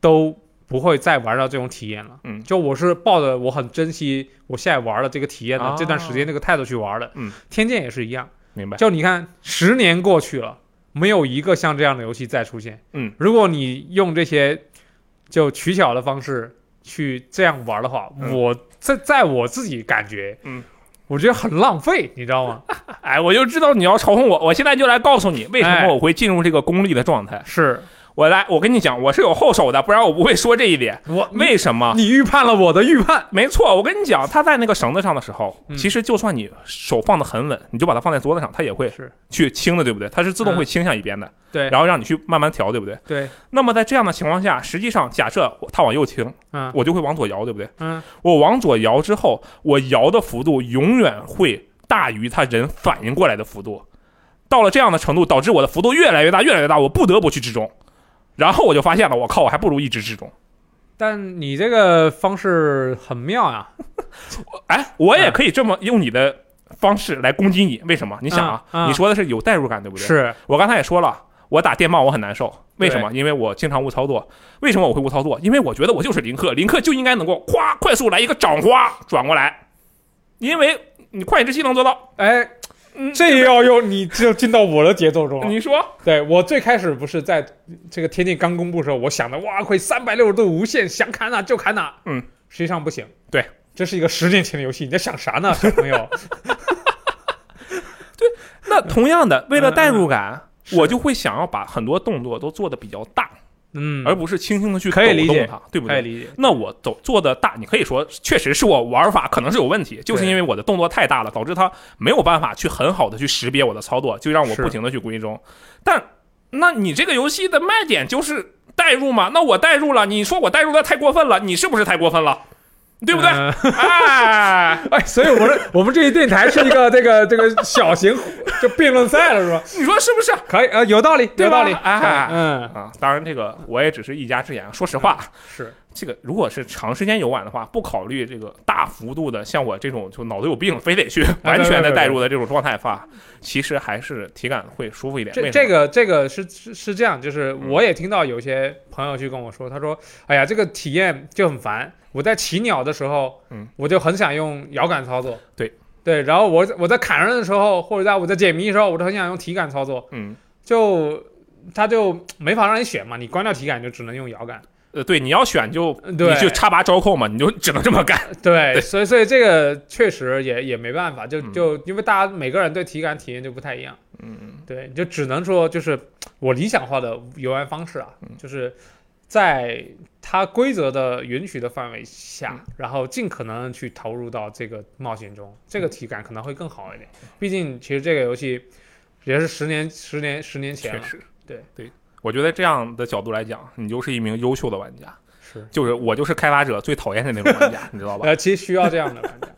Speaker 2: 都不会再玩到这种体验了。
Speaker 1: 嗯
Speaker 2: 就我是抱着我很珍惜我现在玩的这个体验的、
Speaker 1: 啊
Speaker 2: 这段时间这个态度去玩的。
Speaker 1: 嗯，
Speaker 2: 天剑也是一样。
Speaker 1: 明白。
Speaker 2: 就你看，十年过去了，没有一个像这样的游戏再出现。
Speaker 1: 嗯，
Speaker 2: 如果你用这些就取巧的方式去这样玩的话，
Speaker 1: 嗯
Speaker 2: 我在在我自己感觉，
Speaker 1: 嗯，
Speaker 2: 我觉得很浪费，你知 道吗？
Speaker 1: 哎，我就知道你要嘲讽我，我现在就来告诉你为什
Speaker 2: 哎
Speaker 1: 么我会进入这个功利的状态。
Speaker 2: 是
Speaker 1: 我来，我跟你讲，我是有后手的，不然我不会说这一点。
Speaker 2: 我你
Speaker 1: 为什么？
Speaker 2: 你预判了我的预判，
Speaker 1: 没错，我跟你讲，他在那个绳子上的时候，
Speaker 2: 嗯
Speaker 1: 其实就算你手放的很稳，你就把它放在桌子上，它也会
Speaker 2: 是嗯
Speaker 1: 去倾的，对不对？它是自动会倾向一边的，
Speaker 2: 对
Speaker 1: 然后让你去慢慢调，对不对？
Speaker 2: 对，
Speaker 1: 那么在这样的情况下，实际上假设它往右倾，
Speaker 2: 嗯
Speaker 1: 我就会往左摇，对不对？
Speaker 2: 嗯，
Speaker 1: 我往左摇之后，我摇的幅度永远会大于他人反应过来的幅度。到了这样的程度，导致我的幅度越来越大，越来越大，我不得不去之中。然后我就发现了，我靠，我还不如一直之中。
Speaker 2: 但你这个方式很妙啊！
Speaker 1: 哎，我也可以这么用你的方式来攻击你。为什么？你想啊，
Speaker 2: 嗯嗯
Speaker 1: 你说的是有代入感，对不对？
Speaker 2: 是
Speaker 1: 我刚才也说了，我打电棒我很难受，为什么？因为我经常误操作。为什么我会误操作？因为我觉得我就是林克，林克就应该能够咵快速来一个掌花转过来，因为你快之息能做到。
Speaker 2: 哎，
Speaker 1: 嗯，
Speaker 2: 这要用你就进到我的节奏中了。
Speaker 1: 你说
Speaker 2: 对我最开始不是在这个天地刚公布的时候，我想的哇，可以三百六十度无限，想砍哪就砍哪。
Speaker 1: 嗯，
Speaker 2: 实际上不行。
Speaker 1: 对，
Speaker 2: 这是一个十年前的游戏，你在想啥呢，小 朋友？
Speaker 1: 那同样的，为了代入感，
Speaker 2: 嗯是
Speaker 1: 我就会想要把很多动作都做得比较大，
Speaker 2: 嗯，
Speaker 1: 而不是轻轻的去
Speaker 2: 可以理
Speaker 1: 抖动
Speaker 2: 解
Speaker 1: 它，对不
Speaker 2: 可
Speaker 1: 对？
Speaker 2: 以理解。
Speaker 1: 那我走做的大，你可以说确实是我玩法可能是有问题，就是
Speaker 2: 对
Speaker 1: 因为我的动作太大了，导致它没有办法去很好的去识别我的操作，就让我
Speaker 2: 是
Speaker 1: 不停的去归中。但那你这个游戏的卖点就是代入嘛？那我代入了，你说我代入的太过分了，你是不是太过分了？对不对？
Speaker 2: 嗯
Speaker 1: 哎，
Speaker 2: 哎，所以我们我们这一电台是一个这个这个小型就辩论赛了，是吧？
Speaker 1: 你说是不是？
Speaker 2: 可以，呃，有道理，
Speaker 1: 对
Speaker 2: 有
Speaker 1: 吧
Speaker 2: 道理。
Speaker 1: 哎
Speaker 2: 嗯，
Speaker 1: 啊，当然这个我也只是一家之言，说实话。
Speaker 2: 是
Speaker 1: 这个如果是长时间游玩的话，不考虑这个大幅度的，像我这种就脑子有病，非 得去
Speaker 2: 啊
Speaker 1: 完全的代入的这种状态的话，其实还是体感会舒服一点。
Speaker 2: 这
Speaker 1: 为什么嗯
Speaker 2: 这个这个是是是这样，就是我也听到有些朋友去跟我说，他说：“哎呀，这个体验就很烦。我在骑鸟的时候，
Speaker 1: 嗯，
Speaker 2: 我就很想用摇杆操作，
Speaker 1: 对
Speaker 2: 对。然后我我在砍人的时候，或者在我在解谜的时候，我就很想用体感操作，
Speaker 1: 嗯
Speaker 2: 就它就没法让你选嘛，你关掉体感就只能用摇杆。
Speaker 1: 呃，对，你要选就
Speaker 2: 嗯对
Speaker 1: 你就插拔招控嘛，你就只能这么 干。
Speaker 2: 呃对，
Speaker 1: 对
Speaker 2: 所以所以这个确实也也没办法，就
Speaker 1: 嗯
Speaker 2: 就因为大家每个人对体感体验就不太一样。
Speaker 1: 嗯，
Speaker 2: 对，就只能说就是我理想化的游玩方式啊，
Speaker 1: 嗯
Speaker 2: 就是在它规则的允许的范围下，
Speaker 1: 嗯
Speaker 2: 然后尽可能去投入到这个冒险中，这
Speaker 1: 嗯
Speaker 2: 个体感可能会更好一点。毕竟其实这个游戏也是十年、十年、十年前
Speaker 1: 确
Speaker 2: 了，
Speaker 1: 实，
Speaker 2: 对
Speaker 1: 对，我觉得这样的角度来讲，你就是一名优秀的玩家，
Speaker 2: 是
Speaker 1: 就是我就是开发者最讨厌的那种玩 家，你知道吧？
Speaker 2: 呃，其实需要这样的玩家，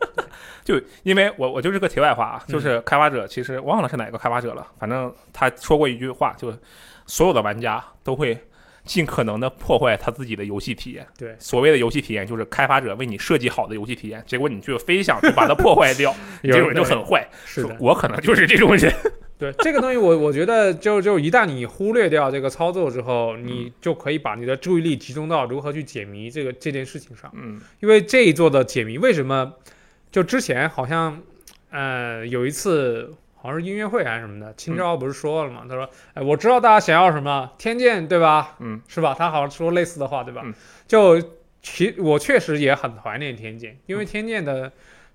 Speaker 1: 就因为我我就是个题外话
Speaker 2: 嗯
Speaker 1: 啊，就是开发者其实忘了是哪个开发者了，反正他说过一句话，就是所有的玩家都会尽可能的破坏他自己的游戏体验。
Speaker 2: 对
Speaker 1: 所谓的游戏体验就是开发者为你设计好的游戏体验，结果你却非想去把它破坏掉， 你
Speaker 2: 有
Speaker 1: 这
Speaker 2: 人
Speaker 1: 种人就很坏。
Speaker 2: 是的。
Speaker 1: 我可能就是这种 人。
Speaker 2: 对这个东西我，我觉得就就一旦你忽略掉这个操作之后，
Speaker 1: 嗯
Speaker 2: 你就可以把你的注意力集中到如何去解谜这个这件事情上。
Speaker 1: 嗯
Speaker 2: 因为这一座的解谜为什么就之前好像呃有一次好像是音乐会还是什么的，青招不是说了吗？他说：“哎，我知道大家想要什么，天剑对吧？
Speaker 1: 嗯，
Speaker 2: 是吧？”他好像说类似的话，对吧？
Speaker 1: 嗯
Speaker 2: 就其我确实也很怀念天剑，
Speaker 1: 嗯
Speaker 2: 因为天剑的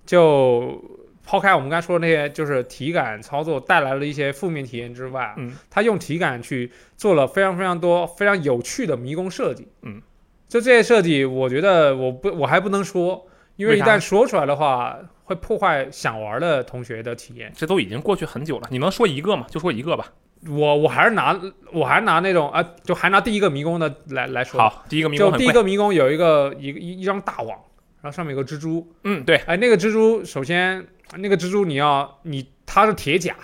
Speaker 2: 就。抛开我们刚才说的那些，就是体感操作带来了一些负面体验之外啊，
Speaker 1: 嗯
Speaker 2: 他用体感去做了非常非常多非常有趣的迷宫设计。
Speaker 1: 嗯，
Speaker 2: 就这些设计，我觉得我不我还不能说，因为
Speaker 1: 为
Speaker 2: 一
Speaker 1: 啥
Speaker 2: 旦说出来的话，会破坏想玩的同学的体验。
Speaker 1: 这都已经过去很久了，你能说一个吗？就说一个吧。
Speaker 2: 我我还是拿我还是拿那种啊，就还拿第一个迷宫的来来说。，
Speaker 1: 好，第一个迷宫
Speaker 2: 就
Speaker 1: 很
Speaker 2: 第一
Speaker 1: 贵。
Speaker 2: 个迷宫有一个一个一一张大网，然后上面有个蜘蛛，
Speaker 1: 嗯，对，
Speaker 2: 哎，那个蜘蛛，首先那个蜘蛛你要你它是铁甲，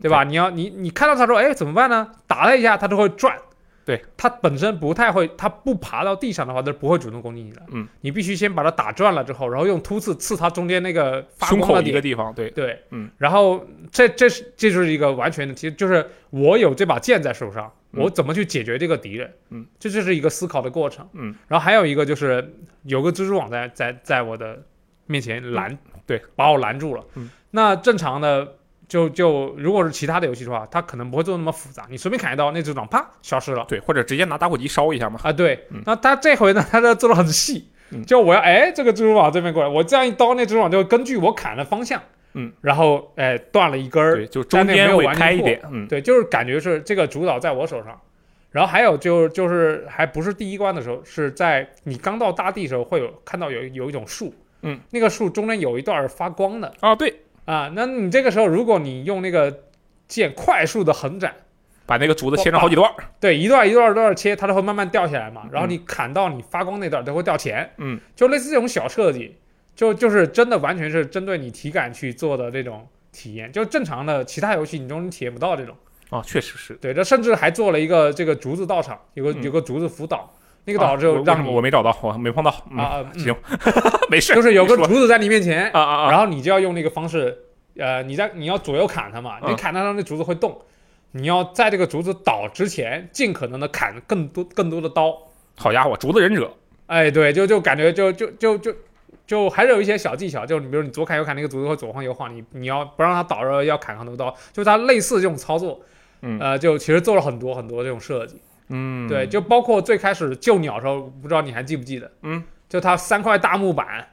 Speaker 2: 对吧？你要你你看到它之后，哎，怎么办呢？打它一下，它就会转，
Speaker 1: 对，
Speaker 2: 它本身不太会，它不爬到地上的话，它是不会主动攻击你的。
Speaker 1: 嗯，
Speaker 2: 你必须先把它打转了之后，然后用突刺刺它中间那个发
Speaker 1: 胸
Speaker 2: 光
Speaker 1: 口
Speaker 2: 的
Speaker 1: 一
Speaker 2: 点
Speaker 1: 个。地方，对，
Speaker 2: 对，
Speaker 1: 嗯，
Speaker 2: 然后这这是这就是一个完全的，其实就是我有这把剑在手上，
Speaker 1: 嗯
Speaker 2: 我怎么去解决这个敌人？
Speaker 1: 嗯，
Speaker 2: 这就是一个思考的过程。
Speaker 1: 嗯，
Speaker 2: 然后还有一个就是有个蜘蛛网在在在我的面前拦，
Speaker 1: 对，
Speaker 2: 把我拦住了。
Speaker 1: 嗯，
Speaker 2: 那正常的就就如果是其他的游戏的话，它可能不会做那么复杂，你随便砍一刀，那蜘蛛网啪消失了。
Speaker 1: 对，或者直接拿打火机烧一下嘛，
Speaker 2: 啊，对
Speaker 1: 嗯，
Speaker 2: 那他这回呢，他就做的很细
Speaker 1: 嗯，
Speaker 2: 就我要哎，这个蜘蛛网这边过来，我这样一刀，那蜘蛛网就根据我砍的方向，
Speaker 1: 嗯，
Speaker 2: 然后哎断了一根儿
Speaker 1: 对，，就中
Speaker 2: 但那没
Speaker 1: 间
Speaker 2: 有
Speaker 1: 会
Speaker 2: 完全
Speaker 1: 开一
Speaker 2: 破
Speaker 1: 点，嗯，
Speaker 2: 对，就是感觉是这个主导在我手上。然后还有就就是还不是第一关的时候，是在你刚到大地的时候会有看到有有一种树，
Speaker 1: 嗯，
Speaker 2: 那个树中间有一段儿发光的
Speaker 1: 啊，对，
Speaker 2: 啊，那你这个时候如果你用那个剑快速的横斩，
Speaker 1: 把那个竹子
Speaker 2: 我
Speaker 1: 切成好
Speaker 2: 把
Speaker 1: 几段儿，
Speaker 2: 对，一段一段一段切，它都会慢慢掉下来嘛。然后
Speaker 1: 嗯
Speaker 2: 你砍到你发光那段，它会掉钱。
Speaker 1: 嗯，
Speaker 2: 就类似这种小设计，就就是真的完全是针对你体感去做的这种体验。就正常的其他游戏你都能体验不到这种。
Speaker 1: 啊，确实是。
Speaker 2: 对，这甚至还做了一个这个竹子道场，有个、
Speaker 1: 嗯
Speaker 2: 有个竹子辅导，那
Speaker 1: 这
Speaker 2: 个岛之后让你
Speaker 1: 啊我没找到，我没碰到，嗯，
Speaker 2: 啊、嗯
Speaker 1: 行 没事，
Speaker 2: 就是有个
Speaker 1: 你说
Speaker 2: 竹子在你面前，
Speaker 1: 啊啊啊，
Speaker 2: 然后你就要用那个方式，呃，你在你要左右砍它嘛，
Speaker 1: 嗯
Speaker 2: 你砍它让那竹子会动，你要在这个竹子倒之前，尽可能的砍更多更多的刀。
Speaker 1: 好家伙，竹子忍者，
Speaker 2: 哎，对，就就感觉就就就就就还是有一些小技巧，就你比如你左砍右砍那个竹子会左晃右晃，你你要不让它倒着要砍很多刀，就它类似这种操作。
Speaker 1: 嗯
Speaker 2: 呃，就其实做了很多很多这种设计，
Speaker 1: 嗯，
Speaker 2: 对，就包括最开始救鸟的时候，不知道你还记不记得，
Speaker 1: 嗯，
Speaker 2: 就它三块大木板，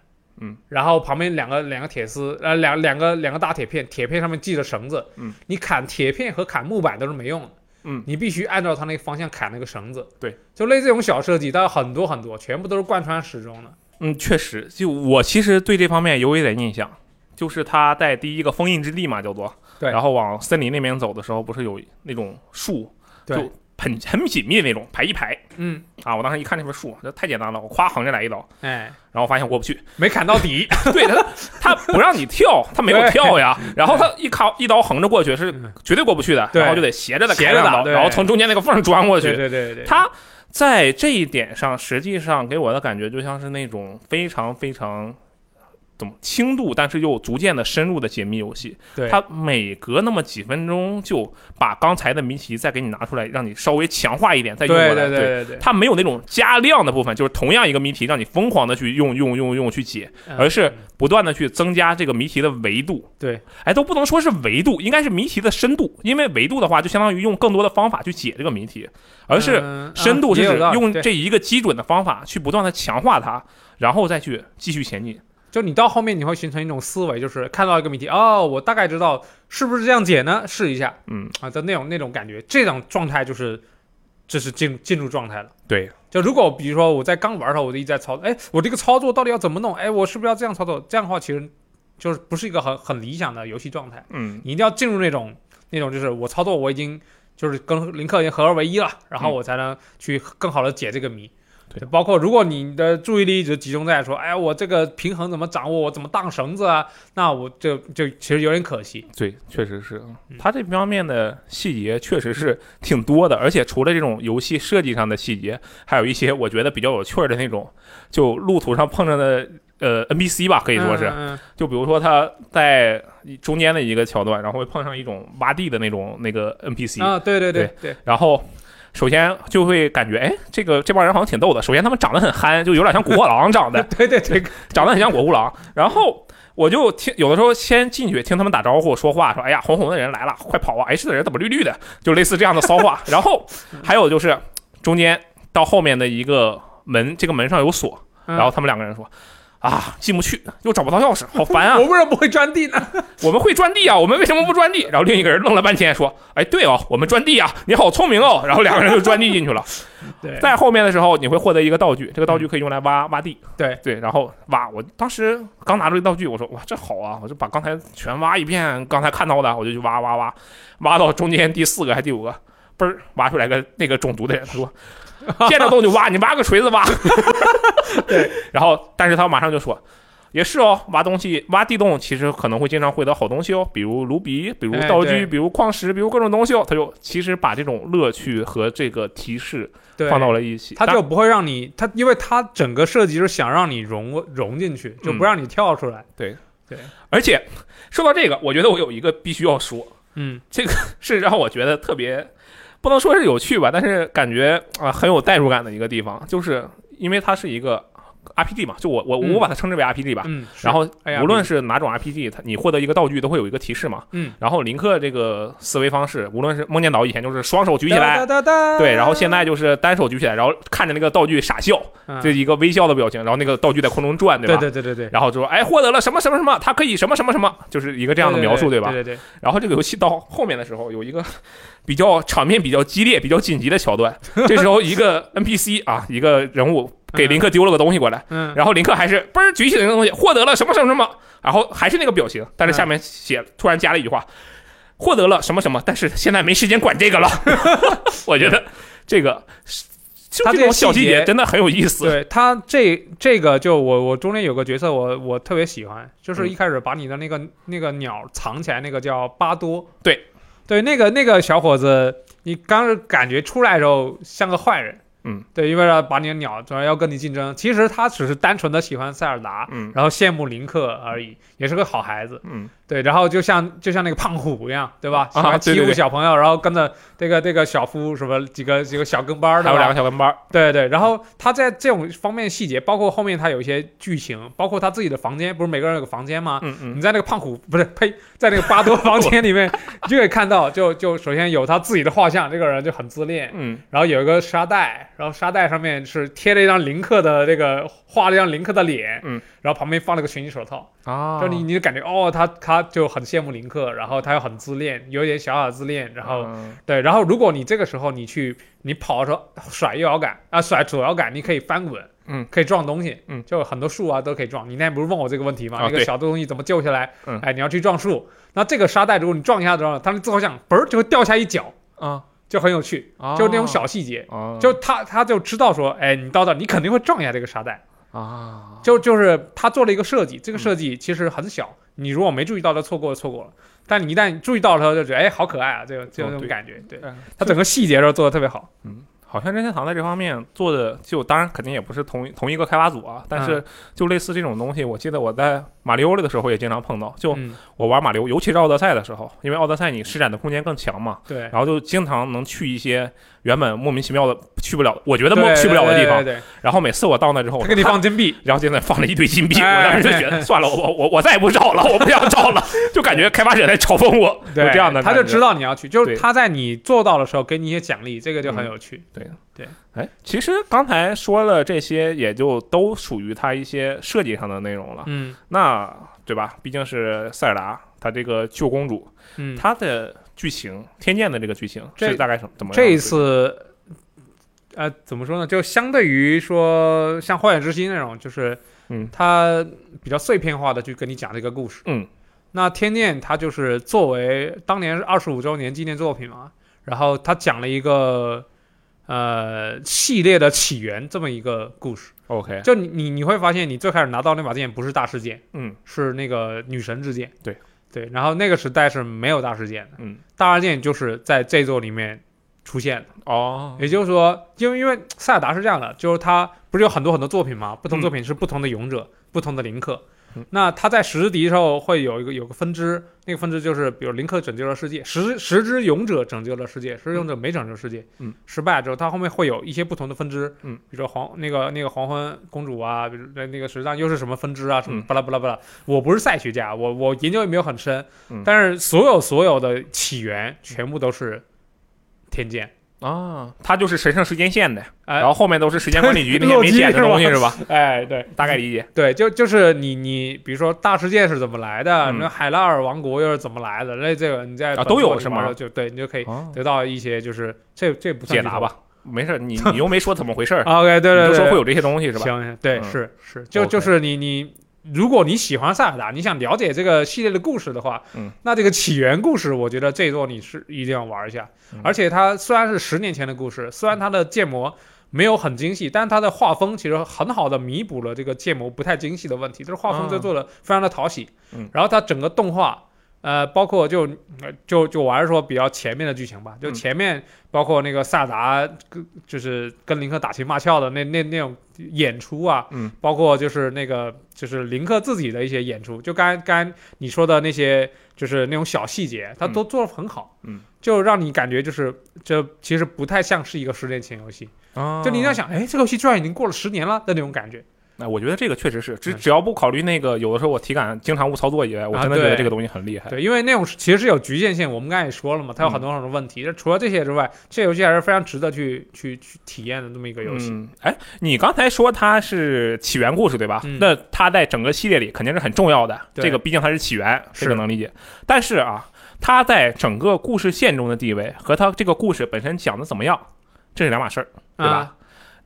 Speaker 1: 嗯，
Speaker 2: 然后旁边两个两个铁丝，呃，两两个两个大铁片，铁片上面系着绳子，
Speaker 1: 嗯，
Speaker 2: 你砍铁片和砍木板都是没用的，
Speaker 1: 嗯，
Speaker 2: 你必须按照它那个方向砍那个绳子，
Speaker 1: 对，
Speaker 2: 就类似这种小设计，但很多很多，全部都是贯穿始终的，
Speaker 1: 嗯，确实，就我其实对这方面有一点印象，就是他在第一个封印之地嘛，叫做，
Speaker 2: 对
Speaker 1: 然后往森林那边走的时候，不是有那种树，
Speaker 2: 对
Speaker 1: 就很很紧密的那种，排一排
Speaker 2: 嗯，
Speaker 1: 啊。我当时一看那边树，这太简单了，我咵横着来一刀，
Speaker 2: 哎，
Speaker 1: 然后发现过不去，
Speaker 2: 没砍到 底，
Speaker 1: 对他，他不让你跳，他没有
Speaker 2: 对
Speaker 1: 跳 呀。然后他一靠一刀横着过去是
Speaker 2: 嗯
Speaker 1: 绝对过不去的，
Speaker 2: 对
Speaker 1: 然后就得斜着的
Speaker 2: 斜
Speaker 1: 开
Speaker 2: 着
Speaker 1: 两
Speaker 2: 打
Speaker 1: 刀，
Speaker 2: 对
Speaker 1: 然后从中间那个缝儿钻过
Speaker 2: 对
Speaker 1: 去。
Speaker 2: 对对对，
Speaker 1: 他在这一点上，实际上给我的感觉就像是那种非常非常。怎么轻度，但是又逐渐的深入的解密游戏，
Speaker 2: 对
Speaker 1: 它每隔那么几分钟就把刚才的谜题再给你拿出来，让你稍微强化一点，再
Speaker 2: 对
Speaker 1: 用过来。
Speaker 2: 对对对对，
Speaker 1: 它没有那种加量的部分，就是同样一个谜题让你疯狂的去用用用用去解，而是
Speaker 2: 嗯
Speaker 1: 不断的去增加这个谜题的维度。
Speaker 2: 对，
Speaker 1: 哎，都不能说是维度，应该是谜题的深度，因为维度的话，就相当于用更多的方法去解这个谜题，而是
Speaker 2: 嗯啊
Speaker 1: 深度就
Speaker 2: 也有
Speaker 1: 是
Speaker 2: 道理
Speaker 1: 用
Speaker 2: 对
Speaker 1: 这一个基准的方法去不断的强化它，然后再去继续前进。
Speaker 2: 就你到后面你会形成一种思维，就是看到一个谜题，哦，我大概知道是不是这样解呢？试一下
Speaker 1: 嗯，
Speaker 2: 啊的那种那种感觉，这种状态就是这是进进入状态了。
Speaker 1: 对，
Speaker 2: 就如果比如说我在刚玩的时候，我就一直在操作，哎，我这个操作到底要怎么弄？哎，我是不是要这样操作？这样的话其实就是不是一个很很理想的游戏状态，
Speaker 1: 嗯，
Speaker 2: 你一定要进入那种那种就是我操作我已经就是跟林克已经合二为一了，然后
Speaker 1: 嗯
Speaker 2: 我才能去更好的解这个谜。
Speaker 1: 对
Speaker 2: 就包括如果你的注意力一直集中在说，哎呀，我这个平衡怎么掌握，我怎么荡绳子啊，那我就就其实有点可惜。
Speaker 1: 对，确实是啊
Speaker 2: 嗯，
Speaker 1: 它这方面的细节确实是挺多的，而且除了这种游戏设计上的细节，还有一些我觉得比较有趣儿的那种，就路途上碰上的呃 NPC 吧，可
Speaker 2: 可
Speaker 1: 以说是，
Speaker 2: 嗯
Speaker 1: 就比如说他在中间的一个桥段，然后会碰上一种挖地的那种那个 NPC，、
Speaker 2: 嗯啊，对对对对
Speaker 1: 然后首先就会感觉，哎，这个这帮人好像挺逗的。首先他们长得很憨，就有点像古惑狼长得，
Speaker 2: 对对对，
Speaker 1: 长得很像果乌狼。啊然后我就听有的时候先进去听他们打招呼说话，说哎呀红红的人来了，快跑啊！H 的人怎么绿绿的？就类似这样的骚话。然后还有就是中间到后面的一个门，这个门上有锁，
Speaker 2: 嗯
Speaker 1: 然后他们两个人说。啊，进不去，又找不到钥匙，好烦啊！
Speaker 2: 我为什么不会钻地呢？
Speaker 1: 我们会钻地啊，我们为什么不钻地？然后另一个人愣了半天，说：“哎，对哦，我们钻地啊，你好聪明哦。”然后两个人就钻地进去了。
Speaker 2: 对嗯
Speaker 1: 在后面的时候，你会获得一个道具，这个道具可以用来挖挖地。
Speaker 2: 对
Speaker 1: 对，然后挖。我当时刚拿出这道具，我说：“哇，这好啊！”我就把刚才全挖一遍，刚才看到的，我就去挖挖挖，挖到中间第四个还第五个，嘣儿挖出来个那个种族的人， 他说：“见着洞就挖，你挖个锤子挖。”对，然后但是他马上就说。也是哦，挖东西挖地洞其实可能会经常会得好东西哦，比如卢比，比如
Speaker 2: 哎
Speaker 1: 道具，
Speaker 2: 对
Speaker 1: 比如矿石，比如各种东西哦。他就其实把这种乐趣和这个提示
Speaker 2: 对，
Speaker 1: 放到了一起，
Speaker 2: 它
Speaker 1: 但
Speaker 2: 就不会让你它，因为它整个设计就是想让你融融进去，就不让你跳出来。
Speaker 1: 而且说到这个，我觉得我有一个必须要说，
Speaker 2: 嗯，
Speaker 1: 是让我觉得特别不能说是有趣吧，但是感觉啊、很有代入感的一个地方，就是因为它是一个 RPG 嘛，就我我
Speaker 2: 嗯
Speaker 1: 我把它称之为 RPG 吧，
Speaker 2: 嗯，是
Speaker 1: 然后
Speaker 2: 哎呀
Speaker 1: 无论是哪种 RPG，它你获得一个道具都会有一个提示嘛。
Speaker 2: 嗯，
Speaker 1: 然后林克这个思维方式，无论是梦见岛以前就是双手举起
Speaker 2: 哒
Speaker 1: 来，
Speaker 2: 哒哒
Speaker 1: 对，然后现在就是单手举起来，然后看着那个道具傻笑，
Speaker 2: 嗯
Speaker 1: 这一个微笑的表情，然后那个道具在空中转，
Speaker 2: 对
Speaker 1: 吧？
Speaker 2: 对对对对，
Speaker 1: 然后就说，哎，获得了什么什么什么，它可以什么什么什么，就是一个这样的描述，
Speaker 2: 对
Speaker 1: 吧？
Speaker 2: 对对，
Speaker 1: 然后这个游戏到后面的时候，有一个 比较场面比较激烈、比较紧急的桥段，这时候一 个 NPC 啊，一个人物给林克丢了个东西过来，
Speaker 2: 嗯，
Speaker 1: 然后林克还是嘣儿举起了那个东西，获得了什么什么什么，然后还是那个表情，但
Speaker 2: 嗯
Speaker 1: 是下面写突然加了一句话，获得了什么什么，但是现在没时间管这个 了。 我觉得这个就
Speaker 2: 他
Speaker 1: 这
Speaker 2: 这
Speaker 1: 种
Speaker 2: 个
Speaker 1: 小
Speaker 2: 细
Speaker 1: 细
Speaker 2: 节
Speaker 1: 节真的很有意思。
Speaker 2: 对他这这个就我我中间有个角色我我特别喜欢，就是
Speaker 1: 嗯
Speaker 2: 一开始把你的那个那个鸟藏起来，那个叫巴多。
Speaker 1: 对
Speaker 2: 对，那个那个小伙子，你刚是感觉出来的时候像个坏人。
Speaker 1: 嗯，
Speaker 2: 对，因为了把你的鸟主要要跟你竞争，其实他只是单纯的喜欢塞尔达，
Speaker 1: 嗯
Speaker 2: 然后羡慕林克而已，也是个好孩子。
Speaker 1: 嗯，
Speaker 2: 对，然后就像就像那个胖虎一样，对吧？喜
Speaker 1: 啊
Speaker 2: 欢
Speaker 1: 对
Speaker 2: 欺
Speaker 1: 对
Speaker 2: 负
Speaker 1: 对
Speaker 2: 小朋友，然后跟着这个这个小夫什么几个几个小跟班儿的，
Speaker 1: 还有两个小跟班儿，
Speaker 2: 对对，然后他在这种方面细节，包括后面他有一些剧情，包括他自己的房间，不是每个人有个房间吗？
Speaker 1: 嗯嗯，
Speaker 2: 你在那个胖虎不是呸，在那个巴多房间里 面，你就可以看到，就就首先有他自己的画像，这个人就很自恋，
Speaker 1: 嗯，
Speaker 2: 然后有一个沙袋，然后沙袋上面是贴了一张林克的这个画了一张林克的脸，
Speaker 1: 嗯，
Speaker 2: 然后旁边放了个拳击手套，
Speaker 1: 啊
Speaker 2: 就你你就感觉哦，他他就很羡慕林克，然后他又很自恋，有点小小自恋，然后
Speaker 1: 嗯
Speaker 2: 对，然后如果你这个时候你去你跑的时候甩右摇杆啊、甩左摇杆，你可以翻滚，
Speaker 1: 嗯，
Speaker 2: 可以撞东西，
Speaker 1: 嗯
Speaker 2: 就很多树啊都可以撞。你那天不是问我这个问题吗？
Speaker 1: 啊
Speaker 2: 那个
Speaker 1: 对
Speaker 2: 小东西怎么救下来？
Speaker 1: 嗯
Speaker 2: 哎，你要去撞树，那这个沙袋如果你撞一下之后，它那自动向嘣儿就会掉下一角，
Speaker 1: 啊，
Speaker 2: 就很有趣，
Speaker 1: 嗯
Speaker 2: 就是那种小细节。
Speaker 1: 啊，
Speaker 2: 就他他就知道说，哎，你到这儿你肯定会撞一下这个沙袋，
Speaker 1: 啊，
Speaker 2: 就就是他做了一个设计，这个设计其实很小，你如果没注意到就错过了错过了，但你一旦注意到了，就觉得哎好可爱啊，这个就
Speaker 1: 哦
Speaker 2: 那种
Speaker 1: 对
Speaker 2: 感觉，对。
Speaker 1: 嗯
Speaker 2: 它整个细节都做的特别好。
Speaker 1: 好像任天堂在这方面做的，就当然肯定也不是同一同一个开发组啊，但
Speaker 2: 嗯
Speaker 1: 是就类似这种东西，我记得我在马里奥的时候也经常碰到。就
Speaker 2: 嗯，
Speaker 1: 我玩马里奥，尤其是奥德赛的时候，因为奥德赛你施展的空间更强嘛，
Speaker 2: 对，
Speaker 1: 然后就经常能去一些原本莫名其妙的去不了，我觉得莫
Speaker 2: 对
Speaker 1: 去不了的地方。
Speaker 2: 对对对对
Speaker 1: 然后每次我到那之后，
Speaker 2: 他给你
Speaker 1: 我就
Speaker 2: 放 金币，
Speaker 1: 然后现在放了一堆金币，
Speaker 2: 哎
Speaker 1: 我当时就觉得算了，我我我再也不找了，我不想找了，就感觉开发者在嘲讽我，就
Speaker 2: 对
Speaker 1: 这样的
Speaker 2: 他
Speaker 1: 感觉。
Speaker 2: 就知道你要去，就是
Speaker 1: 对
Speaker 2: 他在你做到的时候给你一些奖励，这个就很
Speaker 1: 嗯
Speaker 2: 有趣。
Speaker 1: 哎，其实刚才说了这些，也就都属于它一些设计上的内容了。
Speaker 2: 嗯
Speaker 1: 那对吧？毕竟是塞尔达，她这个救公主，
Speaker 2: 嗯，
Speaker 1: 她的剧情，天剑的这个剧情
Speaker 2: 这
Speaker 1: 是大概什怎么样的？
Speaker 2: 这一次，呃，怎么说呢？就相对于说像《荒野之心》那种，就是
Speaker 1: 嗯
Speaker 2: 它比较碎片化的去跟你讲这个故事。
Speaker 1: 嗯，
Speaker 2: 那《天剑》它就是作为当年是二十五周年纪念作品嘛，然后它讲了一个呃系列的起源这么一个故事。
Speaker 1: OK，
Speaker 2: 就你你你会发现，你最开始拿到那把剑不是大事件，
Speaker 1: 嗯
Speaker 2: 是那个女神之剑。
Speaker 1: 对
Speaker 2: 对，然后那个时代是没有大事件的，
Speaker 1: 嗯
Speaker 2: 大事件就是在这座里面出现的。
Speaker 1: 哦
Speaker 2: 也就是说，因为因为塞尔达是这样的，就是他不是有很多很多作品吗？不同
Speaker 1: 嗯
Speaker 2: 作品是不同的勇者，不同的林克。
Speaker 1: 嗯
Speaker 2: 那他在十之敌的时候会有一个有个分支，那个分支就是比如林克拯救了世界，十十之勇者拯救了世界，十之勇者没拯救世界，
Speaker 1: 嗯，
Speaker 2: 失败之后，他后面会有一些不同的分支，
Speaker 1: 嗯，
Speaker 2: 比如说黄那个那个黄昏公主啊，比如那那个实际上又是什么分支啊，什么
Speaker 1: 嗯
Speaker 2: 巴拉巴拉巴拉。我不是赛学家，我我研究也没有很深，
Speaker 1: 嗯
Speaker 2: 但是所有所有的起源全部都是天剑。
Speaker 1: 啊，它就是神圣时间线的，
Speaker 2: 哎
Speaker 1: 然后后面都是时间管理局那些
Speaker 2: 洛
Speaker 1: 没
Speaker 2: 基
Speaker 1: 剪的
Speaker 2: 是吧
Speaker 1: 东西是吧？
Speaker 2: 哎，对
Speaker 1: 大概理解。
Speaker 2: 对，就就是你你比如说大世界是怎么来的，
Speaker 1: 嗯
Speaker 2: 那、海拉尔王国又是怎么来的，那这个你在
Speaker 1: 啊
Speaker 2: 本
Speaker 1: 都有
Speaker 2: 作里
Speaker 1: 是
Speaker 2: 玩
Speaker 1: 吗
Speaker 2: 的就对你就可以
Speaker 1: 哦，
Speaker 2: 得到一些就是这这不算
Speaker 1: 解
Speaker 2: 剧
Speaker 1: 答
Speaker 2: 透
Speaker 1: 吧，没事，你你又没说怎么回事儿，
Speaker 2: 啊？OK，对对
Speaker 1: 你就
Speaker 2: 对，
Speaker 1: 说会
Speaker 2: 有
Speaker 1: 有这些东西是吧？
Speaker 2: 行行，对，
Speaker 1: 嗯
Speaker 2: 是是，就
Speaker 1: OK
Speaker 2: 就是你你。如果你喜欢塞尔达，你想了解这个系列的故事的话，
Speaker 1: 嗯，
Speaker 2: 那这个起源故事，我觉得这一座你是一定要玩一下。
Speaker 1: 嗯
Speaker 2: 而且它虽然是十年前的故事，虽然它的建模没有很精细，但是它的画风其实很好的弥补了这个建模不太精细的问题，就是画风就做的非常的讨喜。
Speaker 1: 嗯
Speaker 2: 然后它整个动画，呃，包括就呃就就我还是说比较前面的剧情吧，就
Speaker 1: 嗯
Speaker 2: 前面包括那个萨达跟就是跟林克打情骂俏的那那那种演出啊，
Speaker 1: 嗯，
Speaker 2: 包括就是那个就是林克自己的一些演出，就刚刚你说的那些就是那种小细节，他都做的很好，
Speaker 1: 嗯，
Speaker 2: 就让你感觉就是这其实不太像是一个十年前游戏，
Speaker 1: 啊
Speaker 2: 就你要，想，哎，这个游戏居然已经过了十年了的那种感觉，
Speaker 1: 哎，我觉得这个确实是，只
Speaker 2: 嗯
Speaker 1: 只要不考虑那个有的时候我体感经常误操作以外，我
Speaker 2: 啊
Speaker 1: 真的觉得
Speaker 2: 对
Speaker 1: 这个东西很厉害。
Speaker 2: 对，因为那种是其实是有局限性，我们刚才也说了嘛，
Speaker 1: 嗯
Speaker 2: 它有很多很多问题，那除了这些之外，这游戏还是非常值得去去去体验的这么一个游戏，
Speaker 1: 嗯，哎，你刚才说它是起源故事对吧？
Speaker 2: 嗯
Speaker 1: 那它在整个系列里肯定是很重要的，
Speaker 2: 对
Speaker 1: 这个毕竟它是起源，
Speaker 2: 是
Speaker 1: 这个能理解。但是啊，它在整个故事线中的地位和它这个故事本身讲的怎么样，这是两码事儿。对吧
Speaker 2: 啊，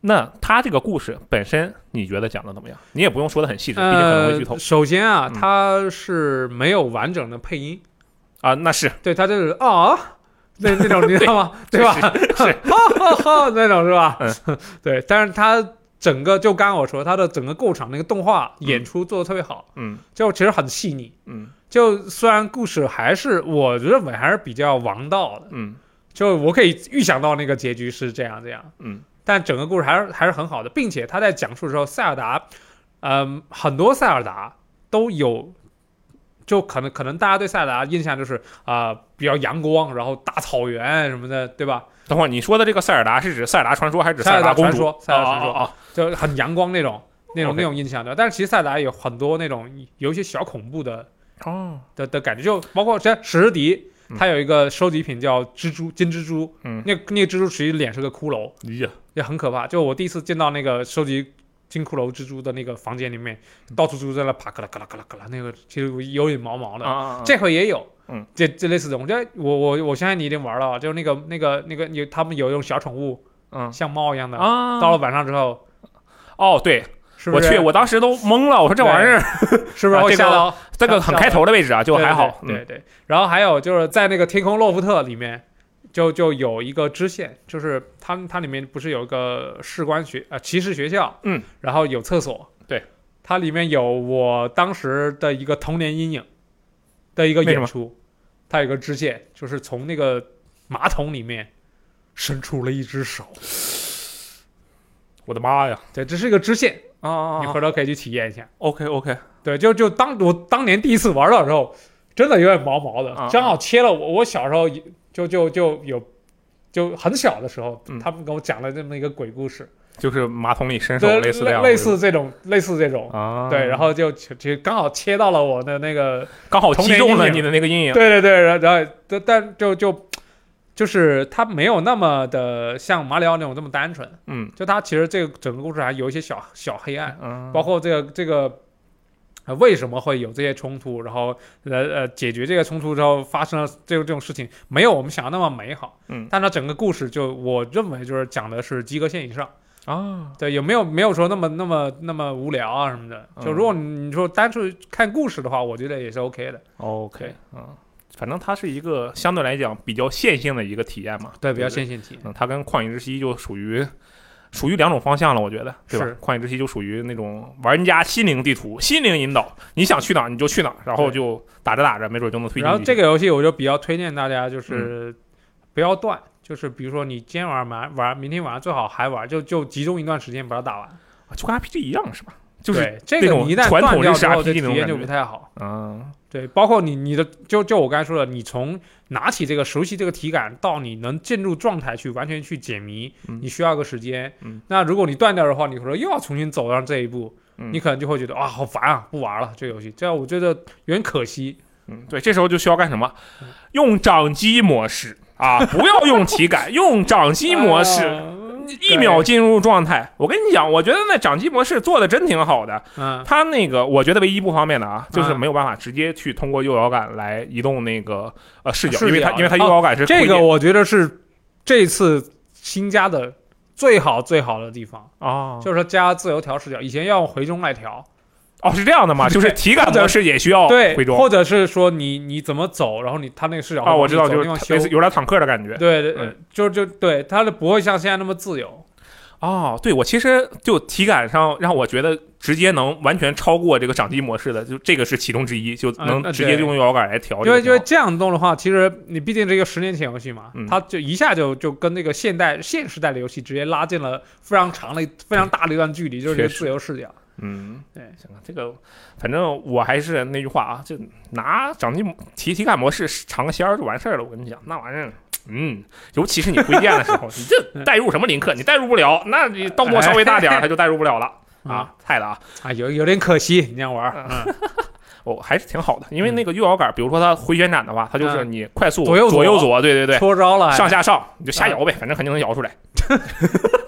Speaker 1: 那它这个故事本身，你觉得讲的怎么样？你也不用说的很细致，毕竟可能会剧透
Speaker 2: 呃，首先啊，
Speaker 1: 嗯
Speaker 2: 它是没有完整的配音。
Speaker 1: 啊。那是
Speaker 2: 对他就是啊， 那那种你知道吗？对吧？ 哈哈哈，那种是吧？
Speaker 1: 嗯
Speaker 2: 对，但是他整个就刚刚我说他的整个构场那个动画演出做的特别好，
Speaker 1: 嗯
Speaker 2: 就其实很细腻。
Speaker 1: 嗯
Speaker 2: 就虽然故事还是我认为还是比较王道的，
Speaker 1: 嗯
Speaker 2: 就我可以预想到那个结局是这样这样，
Speaker 1: 嗯
Speaker 2: 但整个故事还是还是很好的，并且他在讲述的时候，塞尔达，嗯、很多塞尔达都有，就可能可能大家对塞尔达印象就是啊、比较阳光，然后大草原什么的，对吧？
Speaker 1: 等会儿你说的这个塞尔达是指塞尔达传说，还是指
Speaker 2: 塞尔达
Speaker 1: 达公
Speaker 2: 传
Speaker 1: 主？
Speaker 2: 说，塞尔达传说、
Speaker 1: 哦哦
Speaker 2: 就很阳光那种那种
Speaker 1: OK
Speaker 2: 那种印象的。但是其实塞尔达有很多那种有一些小恐怖的
Speaker 1: 哦哦，
Speaker 2: 的的感觉，就包括这史诗迪
Speaker 1: 嗯。
Speaker 2: 它有一个收集品叫蜘蛛金蜘蛛，
Speaker 1: 嗯
Speaker 2: 那那个蜘蛛其实脸是个骷髅，
Speaker 1: 理解。
Speaker 2: 也很可怕。就我第一次见到那个收集金骷髅蜘蛛的那个房间里面，
Speaker 1: 嗯
Speaker 2: 到处都在那爬，嘎啦嘎啦嘎啦嘎啦，那个其实有点毛毛的。
Speaker 1: 啊啊啊
Speaker 2: 这回也有，
Speaker 1: 嗯，
Speaker 2: 这这类似的，我觉得我我我相信你一定玩了，啊就是那个那个那个有他们有一种小宠物，
Speaker 1: 嗯
Speaker 2: 像猫一样的，
Speaker 1: 啊
Speaker 2: 到了晚上之后，
Speaker 1: 哦，对，
Speaker 2: 是
Speaker 1: 我
Speaker 2: 不是？
Speaker 1: 去，我当时都懵了，我说这玩意儿
Speaker 2: 是不是
Speaker 1: 啊
Speaker 2: 会
Speaker 1: 这个
Speaker 2: 吓到？
Speaker 1: 这个很开头的位置啊，就
Speaker 2: 对
Speaker 1: 还好，
Speaker 2: 对对对然后还有就是在那个天空洛夫特里面，就就有一个支线，就是它它里面不是有一个士官学呃骑士学校，
Speaker 1: 嗯，
Speaker 2: 然后有厕所，
Speaker 1: 对，
Speaker 2: 它里面有我当时的一个童年阴影的一个
Speaker 1: 为什
Speaker 2: 演
Speaker 1: 么
Speaker 2: 出，它有一个支线，就是从那个马桶里面伸出了一只手，
Speaker 1: 我的妈呀！
Speaker 2: 对，这是一个支线，
Speaker 1: 啊啊
Speaker 2: 你回头可以去体验一下。
Speaker 1: ！OK OK，
Speaker 2: 哦对，就就当我当年第一次玩到的时候，真的有点毛毛的，
Speaker 1: 啊
Speaker 2: 正好切了我我小时候也就就就有就很小的时候，
Speaker 1: 嗯
Speaker 2: 他们跟我讲了这么一个鬼故事，
Speaker 1: 就是马桶里伸手
Speaker 2: 对，
Speaker 1: 类似这样，
Speaker 2: 类似这种类似这种。
Speaker 1: 啊，
Speaker 2: 对，然后就其其实刚好切到了我的那个，
Speaker 1: 刚好击中
Speaker 2: 童
Speaker 1: 了
Speaker 2: 年阴影
Speaker 1: 你的那个阴影，
Speaker 2: 对对对，然后然后但但就就就是它没有那么的像马里奥那种这么单纯，
Speaker 1: 嗯
Speaker 2: 就它其实这个整个故事还有一些小小黑暗，
Speaker 1: 嗯，
Speaker 2: 包括这个这个、呃、为什么会有这些冲突，然后呃呃解决这个冲突之后发生了这这种事情，没有我们想的那么美好。
Speaker 1: 嗯
Speaker 2: 但它整个故事就我认为就是讲的是及格线以上，
Speaker 1: 啊，
Speaker 2: 对，也没有没有说那么那么那么无聊啊什么的。就
Speaker 1: 嗯
Speaker 2: 如果你说单纯看故事的话，我觉得也是 OK 的，
Speaker 1: OK，嗯，反正它是一个相对来讲比较线性的一个体验嘛，
Speaker 2: 对，比较
Speaker 1: 不
Speaker 2: 线性体验。
Speaker 1: 嗯，它跟《旷野之息》就属于属于两种方向了，我觉得，对吧？
Speaker 2: 是
Speaker 1: 《旷野之息》就属于那种玩家心灵地图、心灵引导，你想去哪儿你就去哪儿，然后
Speaker 2: 对
Speaker 1: 就打着打着，没准就能推进进去。嗯
Speaker 2: 然后这个游戏我就比较推荐大家就是不要断，就是比如说你今天晚上玩玩，明天晚上最好还玩，就就集中一段时间把它打完。
Speaker 1: 啊就跟 RPG 一样是吧？就是
Speaker 2: 对这
Speaker 1: 那
Speaker 2: 个
Speaker 1: 种
Speaker 2: 你一旦
Speaker 1: 传
Speaker 2: 断
Speaker 1: 统
Speaker 2: 掉
Speaker 1: 日式
Speaker 2: 之后，这
Speaker 1: RPG
Speaker 2: 体
Speaker 1: 那种感
Speaker 2: 验就
Speaker 1: 觉
Speaker 2: 不太好。
Speaker 1: 嗯
Speaker 2: 对，包括你你的就就我刚才说的，你从拿起这个熟悉这个体感到你能进入状态去完全去解谜，
Speaker 1: 嗯
Speaker 2: 你需要个时间。
Speaker 1: 嗯
Speaker 2: 那如果你断掉的话，你可能又要重新走上这一步，
Speaker 1: 嗯
Speaker 2: 你可能就会觉得啊好烦啊，不玩了这个游戏。这样我觉得有点可惜。
Speaker 1: 嗯，对，这时候就需要干什么？用掌机模式啊，不要用体感， 用掌机模式。
Speaker 2: 嗯
Speaker 1: 一秒进入状态，我跟你讲，我觉得那掌机模式做的真挺好的。
Speaker 2: 嗯
Speaker 1: 它那个，我觉得唯一不方便的啊，就是
Speaker 2: 嗯
Speaker 1: 没有办法直接去通过右摇杆来移动那个呃视角，
Speaker 2: 视
Speaker 1: 因为它
Speaker 2: 角
Speaker 1: 因为它
Speaker 2: 哦
Speaker 1: 右摇杆是
Speaker 2: 这
Speaker 1: 推
Speaker 2: 个
Speaker 1: 荐
Speaker 2: 我觉得是这次新加的最好最好的地方，
Speaker 1: 哦
Speaker 2: 就是说加自由调视角，以前要用回中来调。
Speaker 1: 哦是这样的 吗？就是体感模式也需要
Speaker 2: 对，
Speaker 1: 回装
Speaker 2: 或者是说你你怎么走，然后你他那个视角
Speaker 1: 啊，我知道，
Speaker 2: 会
Speaker 1: 就
Speaker 2: 往你
Speaker 1: 是
Speaker 2: 走的地方
Speaker 1: 类似
Speaker 2: 修，
Speaker 1: 有点坦克的感觉。
Speaker 2: 对对，
Speaker 1: 嗯
Speaker 2: 就就对，他的不会像现在那么自由，
Speaker 1: 哦，对我其实就体感上让我觉得直接能完全超过这个掌机模式的，就这个是其中之一，就能
Speaker 2: 呃
Speaker 1: 直接
Speaker 2: 对
Speaker 1: 就用摇杆来调这
Speaker 2: 因
Speaker 1: 个
Speaker 2: 为
Speaker 1: 调。
Speaker 2: 因为这样动的话，其实你毕竟这个十年前游戏嘛，
Speaker 1: 嗯
Speaker 2: 它就一下就就跟那个现代现时代的游戏直接拉近了非常长 的、非常大的一段距离，就是这个
Speaker 1: 确实
Speaker 2: 自由视角。
Speaker 1: 嗯，
Speaker 2: 对
Speaker 1: 行了，这个反正我还是那句话啊，就拿掌机体体感模式尝个鲜儿就完事儿了。我跟你讲，那玩意儿。嗯，尤其是你回电的时候，你这代入什么林克，你代入不了。那你动作稍微大点儿，他就代入不了了啊，菜了啊！
Speaker 2: 啊，有有点可惜，你这样玩儿
Speaker 1: 嗯
Speaker 2: 嗯
Speaker 1: 哦，还是挺好的，因为那个右摇杆，比如说它回旋斩的话，它就是
Speaker 2: 嗯
Speaker 1: 你快速
Speaker 2: 左哎右
Speaker 1: 左右
Speaker 2: 左
Speaker 1: 左，对对对，
Speaker 2: 搓招了还，
Speaker 1: 上下上，你就瞎摇呗，反正肯定能摇出来，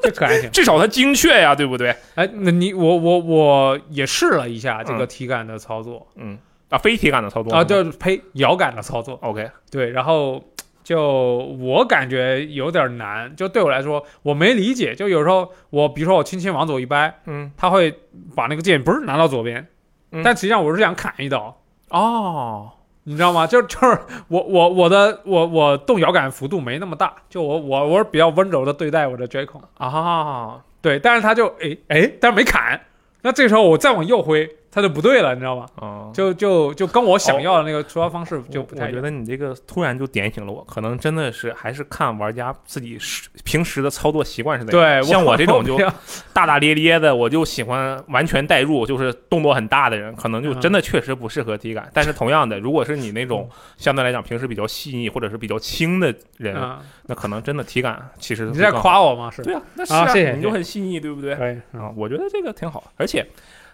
Speaker 2: 这可还行。
Speaker 1: 至少它精确呀，对不对？
Speaker 2: 哎，那你我我我也试了一下这个
Speaker 1: 嗯
Speaker 2: 体感的操作
Speaker 1: 嗯，啊，非体感的操作
Speaker 2: 啊，就是呸，摇杆的操作。
Speaker 1: OK，
Speaker 2: 对，然后就我感觉有点难，就对我来说我没理解。就有时候我比如说我轻轻往左一掰，
Speaker 1: 嗯，
Speaker 2: 他会把那个剑不是拿到左边，
Speaker 1: 嗯
Speaker 2: 但实际上我是想砍一刀，
Speaker 1: 哦，
Speaker 2: 你知道吗？就就是我我我的我我动摇杆幅度没那么大，就我我我是比较温柔的对待我的 J 孔，
Speaker 1: 啊，
Speaker 2: 对，但是他就哎哎，但是没砍，那这时候我再往右挥，他就不对了，你知道吗？
Speaker 1: 哦，
Speaker 2: 就就就跟我想要的那个出发方式就不
Speaker 1: 我
Speaker 2: 太一
Speaker 1: 觉
Speaker 2: 样。
Speaker 1: 得你这个突然就点醒了我，可能真的是还是看玩家自己是平时的操作习惯是怎样。
Speaker 2: 对，
Speaker 1: 像我这种就
Speaker 2: 比较
Speaker 1: 大大咧咧的，我就喜欢完全代入，就是动作很大的人，可能就真
Speaker 2: 嗯
Speaker 1: 的确实不适合体感。但是同样的，如果是你那种相对来讲平时比较细腻或者是比较轻的人，
Speaker 2: 嗯，
Speaker 1: 那可能真的体感其实
Speaker 2: 你
Speaker 1: 会
Speaker 2: 在
Speaker 1: 更好
Speaker 2: 夸我吗？是哎嗯
Speaker 1: 对啊，那是
Speaker 2: 啊谢谢
Speaker 1: 你就很细腻，对不对？
Speaker 2: 可以，
Speaker 1: 啊，我觉得这个挺好，而且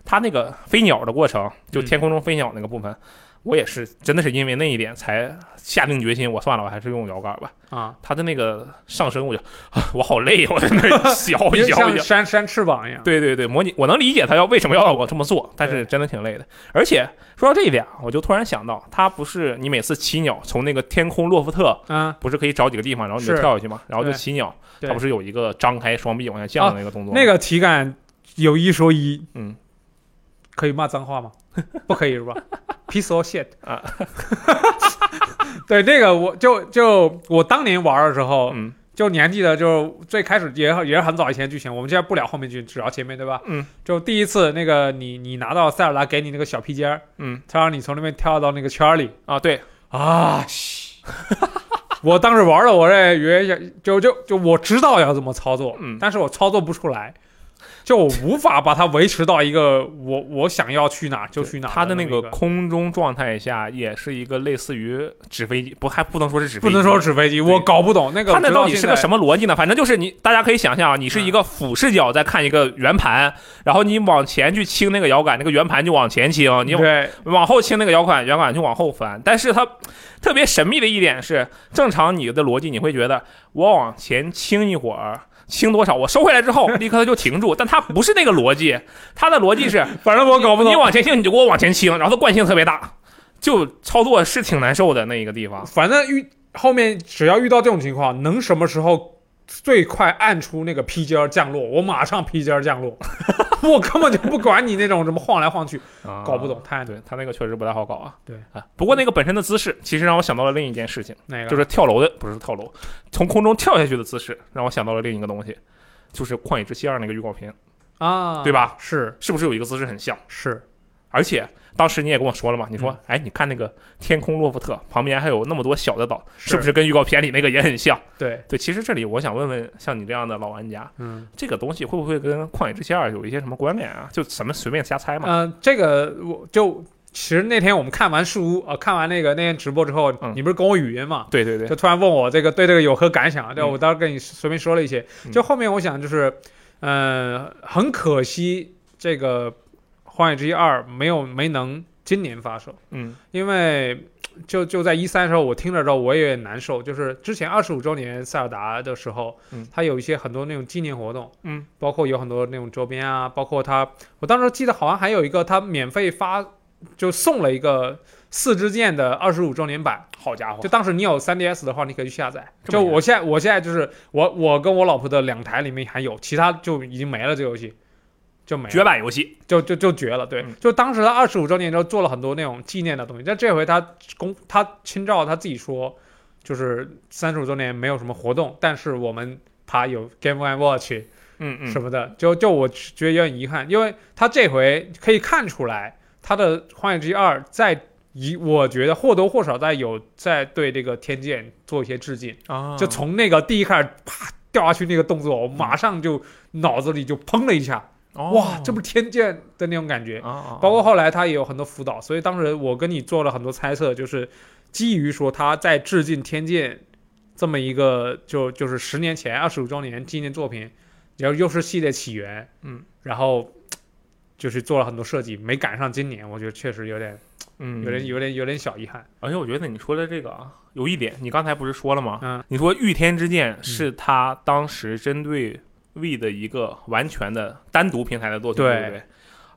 Speaker 1: 它那个飞鸟的过程，就
Speaker 2: 嗯
Speaker 1: 天空中飞鸟那个部分，我也是真的是因为那一点才下定决心，我算了，我还是用摇杆吧。
Speaker 2: 啊，
Speaker 1: 它的那个上升，我就、啊、我好累，我在 那儿摇
Speaker 2: 就
Speaker 1: 一摇
Speaker 2: 像
Speaker 1: 一摇。
Speaker 2: 扇扇翅膀一样。
Speaker 1: 对对对，模拟我能理解他要为什么要我这么做，但是真的挺累的。而且说到这一点，啊我就突然想到，它不是你每次起鸟从那个天空洛夫特，
Speaker 2: 嗯，
Speaker 1: 不是可以找几个地方，然后你就是跳下去嘛，然后就
Speaker 2: 对
Speaker 1: 起鸟，
Speaker 2: 对
Speaker 1: 它
Speaker 2: 啊
Speaker 1: 不是有一个张开双臂往下降的那个动作吗？
Speaker 2: 那个体感有一说一，
Speaker 1: 嗯，
Speaker 2: 可以骂脏话吗？不可以是吧？Piece of shit
Speaker 1: 啊，
Speaker 2: 对，那个我就就我当年玩的时候，
Speaker 1: 嗯
Speaker 2: 就你还记得，就最开始也也是很早以前的剧情，我们现在不聊后面剧，只聊前面，对吧？
Speaker 1: 嗯，
Speaker 2: 就第一次那个你你拿到塞尔达给你那个小披肩儿，
Speaker 1: 嗯
Speaker 2: 他让你从那边跳到那个圈儿里
Speaker 1: 啊，对，
Speaker 2: 啊， 嘘我当时玩了，我这原想就就就我知道要怎么操作，
Speaker 1: 嗯
Speaker 2: 但是我操作不出来，就我无法把它维持到一个我我想要去哪儿就去哪儿
Speaker 1: 它的
Speaker 2: 那
Speaker 1: 那
Speaker 2: 么一
Speaker 1: 个空中状态下，也是一个类似于纸飞机，不还不能说是纸飞
Speaker 2: 不
Speaker 1: 机，
Speaker 2: 能说是纸飞机，
Speaker 1: 对
Speaker 2: 我搞不懂那个
Speaker 1: 它那到底是个
Speaker 2: 么
Speaker 1: 什么逻辑呢？反正就是你，大家可以想象啊，你
Speaker 2: 嗯
Speaker 1: 是一个俯视角在看一个圆盘，然后你往前去倾那个摇杆，那个圆盘就往前倾，你往
Speaker 2: 对
Speaker 1: 往后倾那个摇杆，摇杆就往后翻。但是它特别神秘的一点是，正常你的逻辑你会觉得我往前倾一会儿。倾多少？我收回来之后，立刻它就停住。但它不是那个逻辑，它的逻辑是
Speaker 2: 反 正我搞不懂
Speaker 1: 你往前倾，你就给我往前倾，然后它惯性特别大，就操作是挺难受的那一个地方。
Speaker 2: 反正遇后面只要遇到这种情况，能什么时候最快按出那个披肩儿降落，我马上披肩儿降落， 我根本就不管你那种什么晃来晃去，搞不懂。太
Speaker 1: 啊对他那个确实不太好搞啊。
Speaker 2: 对
Speaker 1: 啊，不过那个本身的姿势，其实让我想到了另一件事情，
Speaker 2: 那个
Speaker 1: 就是跳楼的，不是跳楼，从空中跳下去的姿势，让我想到了另一个东西，就是《旷野之息二》那个预告片，
Speaker 2: 啊，
Speaker 1: 对？吧？
Speaker 2: 是
Speaker 1: 是不是有一个姿势很像？
Speaker 2: 是，
Speaker 1: 而且当时你也跟我说了嘛，你说，
Speaker 2: 嗯
Speaker 1: 哎，你看那个天空洛夫特旁边还有那么多小的岛，
Speaker 2: 是
Speaker 1: 是不是跟预告片里那个也很像？
Speaker 2: 对，
Speaker 1: 对，其实这里我想问问像你这样的老玩家，
Speaker 2: 嗯
Speaker 1: 这个东西会不会跟《旷野之息二》有一些什么关联啊？就咱们随便瞎猜嘛。
Speaker 2: 嗯、这个我就其实那天我们看完书啊、呃看完那个那天直播之后，
Speaker 1: 嗯
Speaker 2: 你不是跟我语音嘛？
Speaker 1: 对对对
Speaker 2: 就，突然问我这个对这个有何感想？对，
Speaker 1: 嗯
Speaker 2: 我当时跟你随便说了一些。
Speaker 1: 嗯
Speaker 2: 就后面我想就是，呃，很可惜这个《荒野之息二》没有没能今年发售，
Speaker 1: 嗯
Speaker 2: 因为就就在一三时候我听了之后我也难受，就是之前二十五周年塞尔达的时候，
Speaker 1: 嗯
Speaker 2: 它有一些很多那种纪念活动，
Speaker 1: 嗯，
Speaker 2: 包括有很多那种周边啊，包括它，我当时记得好像还有一个它免费发就送了一个四支箭的二十五周年版。
Speaker 1: 好家伙
Speaker 2: 就，当时你有 3DS 的话，你可以去下载。
Speaker 1: 这么
Speaker 2: 就
Speaker 1: 严
Speaker 2: 我现在，我现在就是我我跟我老婆的两台里面还有，其他就已经没了这个游戏，就没
Speaker 1: 绝
Speaker 2: 了，
Speaker 1: 版游戏。
Speaker 2: 就就就绝了。对，
Speaker 1: 嗯
Speaker 2: 就当时他二十五周年之后做了很多那种纪念的东西，但这回他公他亲照他自己说，就是三十五周年没有什么活动，但是我们他有 Game Watch。
Speaker 1: 嗯嗯
Speaker 2: 什么的，就就我觉得有点遗憾，因为他这回可以看出来，他的《荒野之息二》在以我觉得或多或少在有在对这个天剑做一些致敬，
Speaker 1: 啊
Speaker 2: 就从那个第一开始啪掉下去那个动作，我
Speaker 1: 嗯
Speaker 2: 马上就脑子里就砰了一下，哇，这不是天剑的那种感觉。
Speaker 1: 哦啊，
Speaker 2: 包括后来他也有很多辅导，所以当时我跟你做了很多猜测，就是基于说他在致敬《天剑》这么一个就就是十年前二十五周年纪念作品，然后又是系列起源，
Speaker 1: 嗯，
Speaker 2: 然后就是做了很多设计，没赶上今年，我觉得确实有点
Speaker 1: 嗯
Speaker 2: 有点有点有点小遗憾。
Speaker 1: 而且我觉得你说的这个啊，有一点，你刚才不是说了吗？
Speaker 2: 嗯，
Speaker 1: 你说《御天之剑》是他当时针对 V 的一个完全的单独平台的作品，
Speaker 2: 对
Speaker 1: 对不对？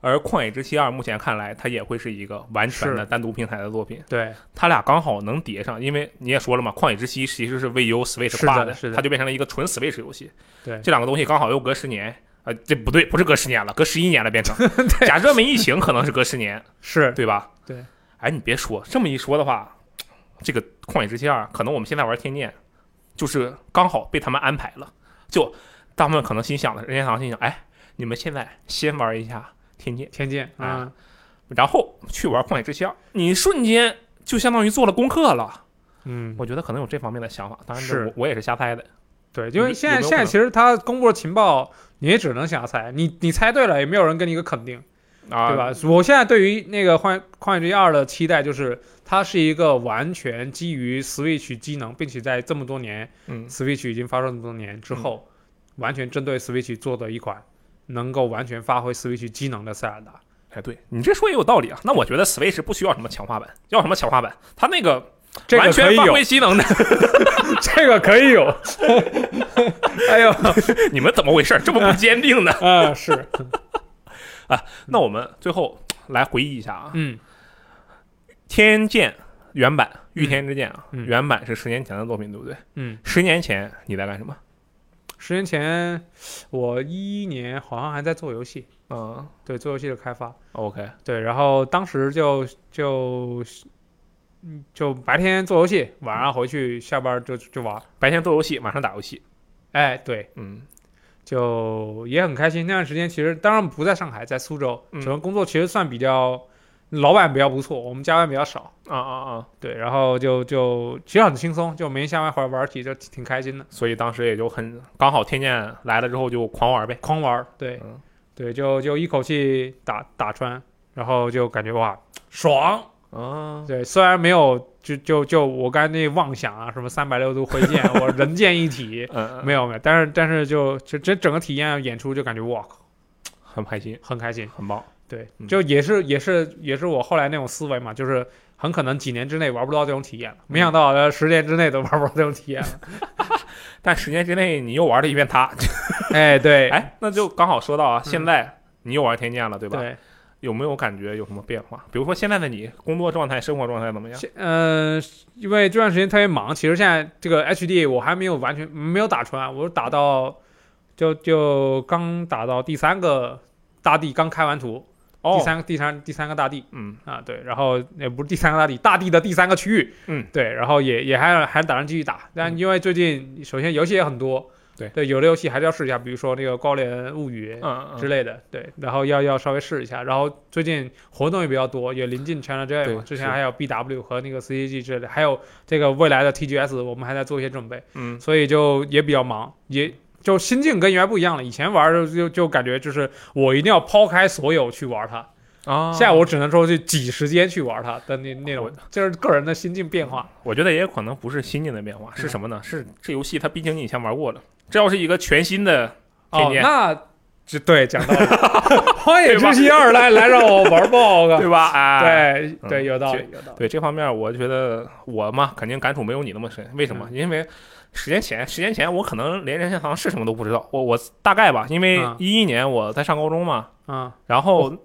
Speaker 1: 而《旷野之息二》目前看来，它也会是一个完全的单独平台的作品。
Speaker 2: 对，
Speaker 1: 它俩刚好能叠上，因为你也说了嘛，《旷野之息》其实是 VU
Speaker 2: 是
Speaker 1: Switch
Speaker 2: 的
Speaker 1: 霸
Speaker 2: 是的
Speaker 1: 它就变成了一个纯 Switch 游戏。
Speaker 2: 对
Speaker 1: 这两个东西刚好又隔十年。啊、这不对，不是隔十年了，隔十一年了， 变成假设没疫情，可能是隔十年，
Speaker 2: 是
Speaker 1: 对吧？
Speaker 2: 对。
Speaker 1: 哎，你别说，这么一说的话，这个《旷野之息二》可能我们现在玩天剑，就是刚好被他们安排了。就他们可能心想的，任天堂心想，哎，你们现在先玩一下天剑，
Speaker 2: 《天剑》啊
Speaker 1: 啊，然后去玩《旷野之息二》，你瞬间就相当于做了功课了。
Speaker 2: 嗯，
Speaker 1: 我觉得可能有这方面的想法，当然这
Speaker 2: 是
Speaker 1: 我我也是瞎猜的。
Speaker 2: 对，因为
Speaker 1: 有
Speaker 2: 现在
Speaker 1: 有没有
Speaker 2: 现
Speaker 1: 可
Speaker 2: 在
Speaker 1: 能
Speaker 2: 其实他公布的情报，你也只能瞎猜，你你猜对了，也没有人给你一个肯定。
Speaker 1: 啊，
Speaker 2: 对？吧？我现在对于那个《幻旷野之息二》的期待就是，它是一个完全基于 Switch 机能，并且在这么多年
Speaker 1: 嗯
Speaker 2: Switch 已经发售这么多年之后，完全针对 Switch 做的一款能够完全发挥 Switch 机能的塞尔达。
Speaker 1: 哎，对你这说也有道理啊。那我觉得 Switch 不需要什么强化版，要什么强化版？它那个
Speaker 2: 这个
Speaker 1: 完
Speaker 2: 可
Speaker 1: 全
Speaker 2: 以
Speaker 1: 发
Speaker 2: 有，
Speaker 1: 挥机能的，
Speaker 2: 这个可以有。 哎呦，
Speaker 1: 你们怎么回事？这么不坚定呢？
Speaker 2: 啊，是，
Speaker 1: 那我们最后来回忆一下啊，
Speaker 2: 嗯，
Speaker 1: 天剑》原版《御天之剑》啊，
Speaker 2: 嗯
Speaker 1: 原版是十年前的作品，对不对？
Speaker 2: 嗯，
Speaker 1: 十年前你在干什么？
Speaker 2: 十年前我一一年好像还在做游戏，
Speaker 1: 嗯
Speaker 2: 对，做游戏的开发。
Speaker 1: ，OK，
Speaker 2: 对，然后当时就就嗯就白天做游戏，晚上回去下班就就玩儿。
Speaker 1: 白天做游戏，晚上打游戏，
Speaker 2: 哎，对，
Speaker 1: 嗯
Speaker 2: 就也很开心。那段时间其实当然不在上海，在苏州，
Speaker 1: 嗯
Speaker 2: 整个工作其实算比较，老板比较不错，我们加班比较少。
Speaker 1: 啊啊啊！
Speaker 2: 对，然后就就其实很轻松，就每天下班回来玩儿起就挺挺开心的，
Speaker 1: 所以当时也就很刚好天剑来了之后就狂玩呗，
Speaker 2: 狂玩儿。对，
Speaker 1: 嗯
Speaker 2: 对，就就一口气打打穿，然后就感觉哇爽。
Speaker 1: 啊，
Speaker 2: 对，虽然没有就就就我刚才那妄想啊，什么三百六十度挥剑，我人剑一 体，
Speaker 1: 嗯，
Speaker 2: 没有没有，但是但是就就这整个体验演出就感觉哇，
Speaker 1: 很开心，
Speaker 2: 很开心。
Speaker 1: 很棒，
Speaker 2: 对，
Speaker 1: 嗯
Speaker 2: 就也是也是也是我后来那种思维嘛，就是很可能几年之内玩不到这种体验了，没想到呃十年之内都玩不到这种体 验了。
Speaker 1: 但十年之内你又玩了一遍它，
Speaker 2: 哎，对，
Speaker 1: 哎，那就刚好说到啊，
Speaker 2: 嗯
Speaker 1: 现在你又玩天剑了，对吧？
Speaker 2: 对，
Speaker 1: 有没有感觉有什么变化？比如说现在的你工作状态、生活状态怎么样？
Speaker 2: 现呃，因为这段时间特别忙，其实现在这个 HD 我还没有完全没有打穿，啊我打到就就刚打到第三个大地，刚开完图，第
Speaker 1: 哦，
Speaker 2: 三个第三第三个大地
Speaker 1: 嗯
Speaker 2: 啊，对，然后也不是第三个大地，大地的第三个区域，
Speaker 1: 嗯，
Speaker 2: 对，然后也也还还打算继续打，但因为最近首先游戏也很多，
Speaker 1: 对
Speaker 2: 对，有的游戏还是要试一下，比如说那个《高连物语》
Speaker 1: 嗯嗯，
Speaker 2: 之类的，对，然后要要稍微试一下，然后最近活动也比较多，也临近 China J 嘛，
Speaker 1: 对
Speaker 2: 之前
Speaker 1: 是
Speaker 2: 还有 BW 和那个 CCG 之类的，还有这个未来的 TGS，我们还在做一些准备，
Speaker 1: 嗯
Speaker 2: 所以就也比较忙，也就心境跟原来不一样了。以前玩儿的时候就就感觉就是我一定要抛开所有去玩它，
Speaker 1: 啊
Speaker 2: 现在我只能说去挤时间去玩它的那那种
Speaker 1: 我，
Speaker 2: 就是个人的心境变化。
Speaker 1: 我觉得也有可能不是心境的变化，是什么呢？是这游戏它毕竟你以前玩过了，这要是一个全新的天
Speaker 2: 哦，
Speaker 1: 天
Speaker 2: 那这对讲道理，《荒野之息二》来来让我玩爆 个，
Speaker 1: 对吧？哎，
Speaker 2: 对
Speaker 1: 嗯
Speaker 2: 对，有道
Speaker 1: 其
Speaker 2: 理，有道理。
Speaker 1: 对这方面，我觉得我嘛，肯定感触没有你那么深。为什么？因为十年前，十年前我可能连任天堂是什么都不知道，我我大概吧，因为
Speaker 2: 嗯
Speaker 1: 一一年我在上高中嘛，
Speaker 2: 嗯，
Speaker 1: 然后。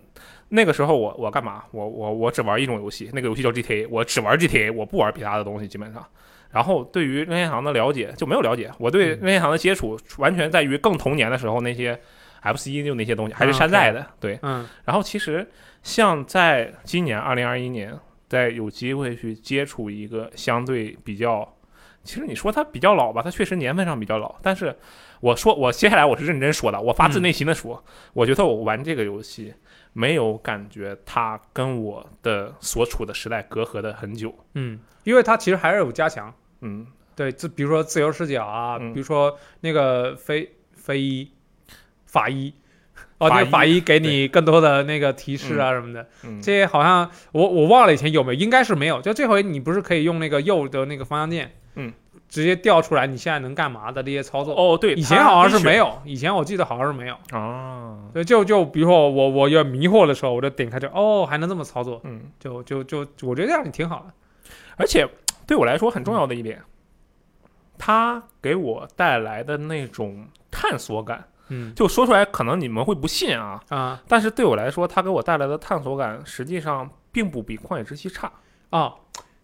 Speaker 1: 那个时候我我干嘛？我我我只玩一种游戏，那个游戏叫 GTA，我只玩 GTA，我不玩其他的东西基本上。然后对于任天堂的了解就没有了解，我对
Speaker 2: 嗯
Speaker 1: 任天堂的接触完全在于更童年的时候那些 FC 就那些东西，还是
Speaker 2: 啊
Speaker 1: 山寨的。对，
Speaker 2: 嗯
Speaker 1: 然后其实像在今年二零二一年，在有机会去接触一个相对比较其实你说它比较老吧，它确实年份上比较老，但是我说我接下来我是认真说的，我
Speaker 2: 嗯
Speaker 1: 发自内心的说，我觉得我玩这个游戏没有感觉它跟我的所处的时代隔阂的很久。
Speaker 2: 嗯，因为它其实还是有加强，
Speaker 1: 嗯，
Speaker 2: 对，自比如说自由视角啊，
Speaker 1: 嗯
Speaker 2: 比如说那个非非医法医。哦，
Speaker 1: 法
Speaker 2: 那
Speaker 1: 医
Speaker 2: 个法医给你更多的那个提示啊什么的，
Speaker 1: 嗯
Speaker 2: 这些好像我我忘了以前有没有，应该是没有。就这回你不是可以用那个右的那个方向键，
Speaker 1: 嗯，
Speaker 2: 直接调出来你现在能干嘛的这些操作。
Speaker 1: 哦，对，
Speaker 2: 以前好像是没有，以前我记得好像是没有。
Speaker 1: 有啊，
Speaker 2: 对，就就比如说我我有点迷惑的时候，我就点开就哦，还能这么操作，
Speaker 1: 嗯，
Speaker 2: 就就就就我觉得这样也挺好的。
Speaker 1: 而且对我来说很重要的一点，它给我带来的那种探索感，
Speaker 2: 嗯
Speaker 1: 就说出来可能你们会不信啊，
Speaker 2: 啊
Speaker 1: 但是对我来说，它给我带来的探索感，实际上并不比《旷野之息》差。
Speaker 2: 啊，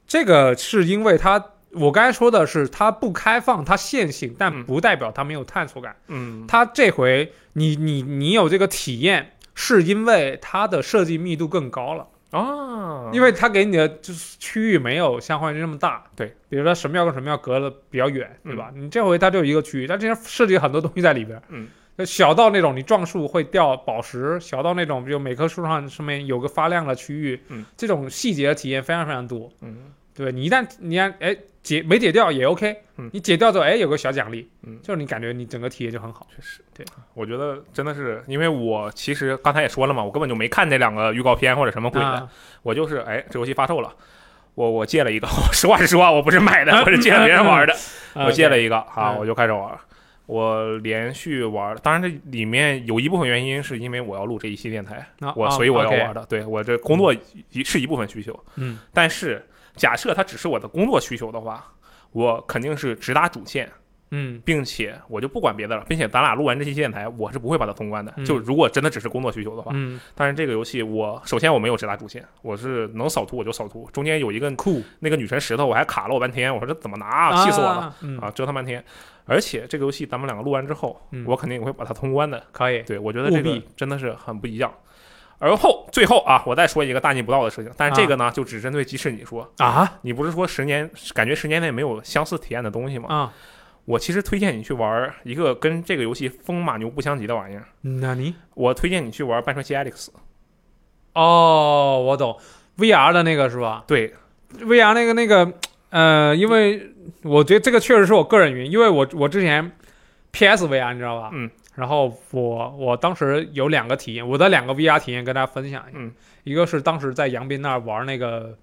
Speaker 2: 这个是因为它我刚才说的是它不开放，它线性，但
Speaker 1: 嗯
Speaker 2: 不代表它没有探索感。
Speaker 1: 嗯，
Speaker 2: 它这回你你你有这个体验，是因为它的设计密度更高了。
Speaker 1: 啊，
Speaker 2: 因为它给你的就是区域没有像幻影那么大，
Speaker 1: 对，
Speaker 2: 比如说什么药跟什么药隔了比较远，对吧？你这回它就一个区域，它之前设计很多东西在里边，
Speaker 1: 嗯，
Speaker 2: 就小到那种你撞树会掉宝石，小到那种比如每棵树上上面有个发亮的区域，
Speaker 1: 嗯，
Speaker 2: 这种细节的体验非常非常多，
Speaker 1: 嗯
Speaker 2: 对你一旦你按哎解没解掉也 OK，
Speaker 1: 嗯
Speaker 2: 你解掉之后哎有个小奖励，
Speaker 1: 嗯
Speaker 2: 就是你感觉你整个体验就很好，
Speaker 1: 确实，
Speaker 2: 对，
Speaker 1: 我觉得真的是，因为我其实刚才也说了嘛，我根本就没看那两个预告片或者什么鬼的，
Speaker 2: 啊
Speaker 1: 我就是哎，这游戏发售了。我我借了一个， 我实话实说啊，我不是 买的，我是借别人玩的。我借了一个啊，
Speaker 2: 嗯
Speaker 1: 我就开始玩。我连续玩，当然这里面有一部分原因是因为我要录这一期电台，
Speaker 2: 啊
Speaker 1: 我
Speaker 2: 啊
Speaker 1: 所以我要
Speaker 2: OK，
Speaker 1: 玩的。对我这工作一是一部分需求，
Speaker 2: 嗯
Speaker 1: 但是假设它只是我的工作需求的话，我肯定是直达主线，
Speaker 2: 嗯
Speaker 1: 并且我就不管别的了，并且咱俩录完这期电台，我是不会把它通关的。
Speaker 2: 嗯
Speaker 1: 就如果真的只是工作需求的话，
Speaker 2: 嗯
Speaker 1: 但是这个游戏我首先我没有直达主线，我是能扫图我就扫图，中间有一个
Speaker 2: 酷
Speaker 1: 那个女神石头我还卡了我半天，我说这怎么拿啊，气死我了。，
Speaker 2: 嗯
Speaker 1: 啊，折腾半天，而且这个游戏咱们两个录完之后，
Speaker 2: 嗯
Speaker 1: 我肯定也会把它通关的。
Speaker 2: 可以
Speaker 1: 对，我觉得
Speaker 2: 务
Speaker 1: 这个
Speaker 2: 必
Speaker 1: 真的是很不一样。而后最后啊，我再说一个大逆不道的事情，但是这个呢，就只针对即使你说，
Speaker 2: 啊
Speaker 1: 你不是说十年感觉十年内没有相似体验的东西吗？
Speaker 2: 啊，
Speaker 1: 我其实推荐你去玩一个跟这个游戏风马牛不相及的玩意儿。
Speaker 2: 那你。
Speaker 1: 我推荐你去玩《半衰期 Alex》。
Speaker 2: 哦，我懂，VR 的那个是吧
Speaker 1: 对，
Speaker 2: ？VR 那个那个，呃，因为我觉得这个确实是我个人原因，因为我我之前 PS VR 你知道吧？
Speaker 1: 嗯。
Speaker 2: 然后我我当时有两个体验，我的两个 VR 体验跟大家分享一下。
Speaker 1: 嗯。
Speaker 2: 一个是当时在杨斌那儿玩那个，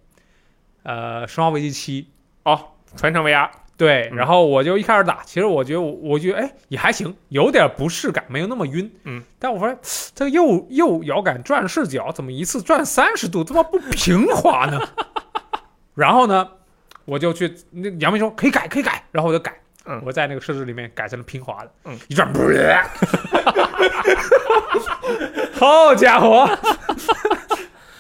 Speaker 2: 呃，《生化危机七》。
Speaker 1: 哦，传承 VR。
Speaker 2: 对，
Speaker 1: 嗯
Speaker 2: 然后我就一开始打，其实我觉得我我觉得哎也还行，有点不适感，没有那么晕。
Speaker 1: 嗯，
Speaker 2: 但我发现嘶这个右右摇杆转视角怎么一次转三十度，他妈不平滑 呢？然后呢，我就去那杨明说可以改可以改，然后我就改，
Speaker 1: 嗯
Speaker 2: 我在那个设置里面改成了平滑的，
Speaker 1: 嗯，
Speaker 2: 一转，好家伙！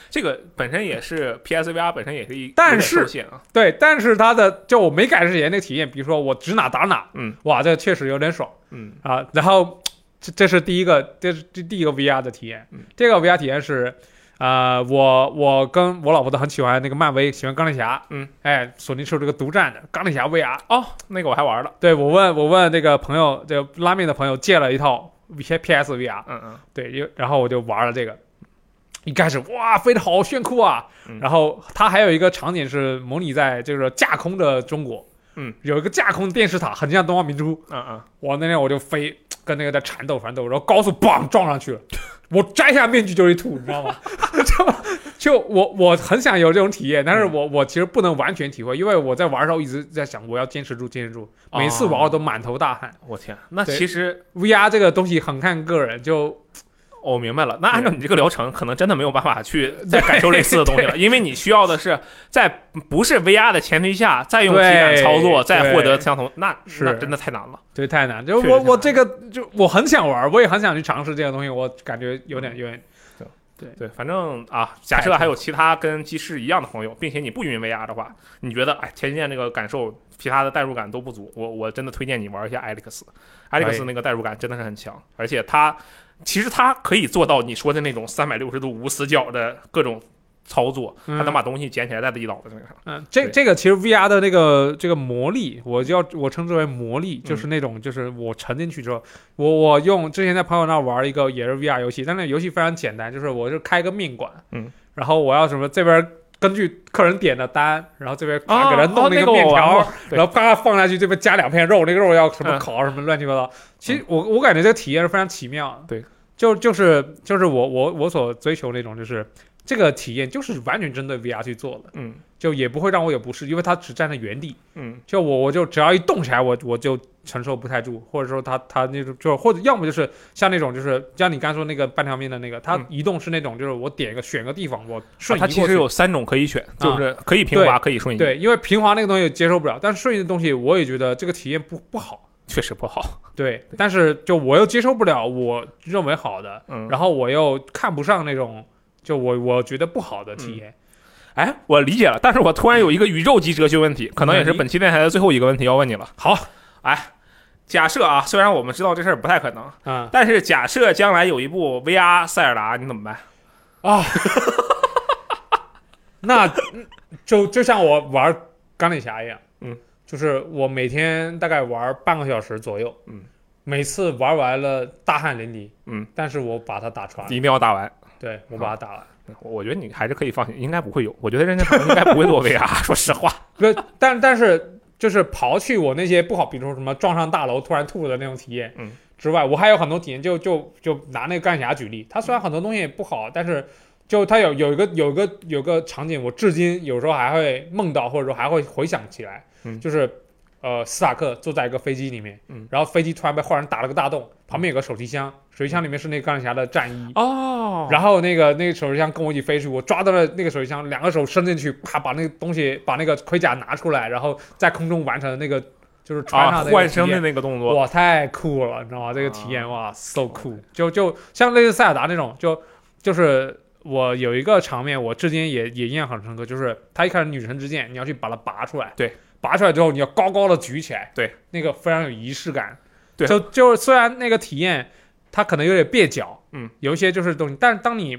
Speaker 1: 这个本身也是 PSVR 本身也是一，
Speaker 2: 但
Speaker 1: 有点
Speaker 2: 是
Speaker 1: 受限啊，
Speaker 2: 对，但是它的就我没改之前那个体验，比如说我指哪打哪，
Speaker 1: 嗯，
Speaker 2: 哇，这确实有点爽。
Speaker 1: 嗯
Speaker 2: 啊，然后这这是第一个，这是这第一个 VR 的体验
Speaker 1: 嗯。
Speaker 2: 这个 VR 体验是，呃，我我跟我老婆都很喜欢那个漫威，喜欢钢铁侠。
Speaker 1: 嗯，
Speaker 2: 哎，索尼出这个独占的钢铁侠 VR。
Speaker 1: 哦，那个我还玩了，
Speaker 2: 对我问我问那个朋友，这个拉面的朋友借了一套 P PS VR，
Speaker 1: 嗯嗯，
Speaker 2: 对，因为然后我就玩了这个。一开始哇，飞得好炫酷啊！
Speaker 1: 嗯
Speaker 2: 然后它还有一个场景是模拟在就是架空的中国，
Speaker 1: 嗯，
Speaker 2: 有一个架空电视塔，很像东方明珠，
Speaker 1: 嗯嗯，
Speaker 2: 我那天我就飞，跟那个在缠斗缠斗，然后高速砰撞上去了， 我摘下面具就一吐，你知道吗？ 就就我我很想有这种体验，但是
Speaker 1: 嗯
Speaker 2: 我我其实不能完全体会，因为我在玩的时候一直在想我要坚持住，坚持住，
Speaker 1: 哦
Speaker 2: 每次玩我都满头大汗。
Speaker 1: 我天，那
Speaker 2: 对
Speaker 1: 其实
Speaker 2: VR 这个东西很看个人，就
Speaker 1: 我哦明白了，那按照你这个疗程，可能真的没有办法去再感受类似的东西 了，因为你需要的是在不是 VR 的前提下，再用体感操作，
Speaker 2: 对
Speaker 1: 再获得相同，那
Speaker 2: 是
Speaker 1: 那真的太难了。
Speaker 2: 对太难，就
Speaker 1: 确
Speaker 2: 是
Speaker 1: 实
Speaker 2: 我
Speaker 1: 太
Speaker 2: 我
Speaker 1: 难
Speaker 2: 这个就我很想玩，我也很想去尝试这个东西，我感觉有
Speaker 1: 嗯
Speaker 2: 点有点
Speaker 1: 对，反正啊，假设还有其他跟鸡翅一样的朋友，并且你不云 VR 的话，你觉得哎，前线这个感受，其他的代入感都不足，我我真的推荐你玩一下 Alex。Alex
Speaker 2: 哎
Speaker 1: 那个代入感真的是很强，而且它其实它可以做到你说的那种三百六十度无死角的各种操作，
Speaker 2: 嗯
Speaker 1: 他能把东西捡起来再自己脑袋上。
Speaker 2: 嗯，这
Speaker 1: 对
Speaker 2: 这个其实 VR 的那个这个魔力，我就要我称之为魔力，
Speaker 1: 嗯
Speaker 2: 就是那种就是我沉进去之后，我我用之前在朋友那玩一个也是 VR 游戏，但那游戏非常简单，就是我就开个面馆，
Speaker 1: 嗯，
Speaker 2: 然后我要什么这边根据客人点的单，然后这边啪给他弄那
Speaker 1: 哦那
Speaker 2: 个面条，，
Speaker 1: 对
Speaker 2: 然后啪放下去，这边加两片肉，那个肉要什么
Speaker 1: 嗯
Speaker 2: 烤啊什么乱七八糟。其实我我感觉这个体验是非常奇妙的。
Speaker 1: 对，
Speaker 2: 就就是就是我我我所追求那种就是。这个体验就是完全针对 VR 去做的，
Speaker 1: 嗯
Speaker 2: 就也不会让我有不适，因为它只站在原地。
Speaker 1: 嗯
Speaker 2: 就我我就只要一动起来，我我就承受不太住，或者说它它那种就或者要么就是像那种就是像你刚说那个半条命的那个，它
Speaker 1: 嗯
Speaker 2: 移动是那种就是我点一个选个地方，我
Speaker 1: 啊
Speaker 2: 瞬移
Speaker 1: 它
Speaker 2: 过
Speaker 1: 其实
Speaker 2: 去啊
Speaker 1: 有三种可以选，就是可以平滑，可以顺移，，
Speaker 2: 对，因为平滑那个东西接受不了，但是顺移的东西我也觉得这个体验不不好。
Speaker 1: 确实不好。
Speaker 2: 对，但是就我又接受不了我认为好的，
Speaker 1: 嗯，
Speaker 2: 然后我又看不上那种就我我觉得不好的体验。
Speaker 1: 哎，我理解了，但是我突然有一个宇宙级哲学问题，可能也是本期电台的最后一个问题要问你了。
Speaker 2: 好，
Speaker 1: 哎，假设啊，虽然我们知道这事儿不太可能，
Speaker 2: 嗯
Speaker 1: 但是假设将来有一部 VR 塞尔达，你怎么办？
Speaker 2: 啊， 那就就像我玩钢铁侠一样，
Speaker 1: 嗯，
Speaker 2: 就是我每天大概玩半个小时左右，
Speaker 1: 嗯，
Speaker 2: 每次玩完了大汗淋漓，
Speaker 1: 嗯，
Speaker 2: 但是我把它打穿，
Speaker 1: 一定要打完。
Speaker 2: 对我把它打完。
Speaker 1: 我我觉得你还是可以放心，应该不会有。我觉得任天堂应该不会做 VR，说 实话。
Speaker 2: 不， 但但是就是刨去我那些不好，比如说什么撞上大楼突然吐的那种体验，
Speaker 1: 嗯，
Speaker 2: 之外，我还有很多体验，就就就拿那个钢铁侠举例，他虽然很多东西不好，但是就他有有一个有一个有个场景，我至今有时候还会梦到，或者说还会回想起来，
Speaker 1: 嗯
Speaker 2: 就是。呃，斯塔克坐在一个飞机里面，
Speaker 1: 嗯
Speaker 2: 然后飞机突然被坏人打了个大洞，旁边有个手提箱，手提箱
Speaker 1: 嗯
Speaker 2: 里面是那个钢铁侠的战衣，
Speaker 1: 哦
Speaker 2: 然后那个那个手提箱跟我一起飞出去，我抓到了那个手提箱，两个手伸进去，啪把那个东西把那个盔甲拿出来，然后在空中完成那个就是穿
Speaker 1: 啊，
Speaker 2: 上的那个
Speaker 1: 换声的
Speaker 2: 体
Speaker 1: 那个动
Speaker 2: 验
Speaker 1: 作，
Speaker 2: 哇，太酷了，你知道吗？这个体验、
Speaker 1: 啊
Speaker 2: 哇，so cool，就就像类似塞尔达那种，就就是我有一个场面，我至今也也印象很深刻，就是他一开始女神之剑，你要去把它拔出来，
Speaker 1: 对，
Speaker 2: 拔出来之后你要高高的举起来，
Speaker 1: 对，
Speaker 2: 那个非常有仪式感，
Speaker 1: 对
Speaker 2: 就就是虽然那个体验它可能有点蹩脚，
Speaker 1: 嗯，
Speaker 2: 有一些就是东西，但是当你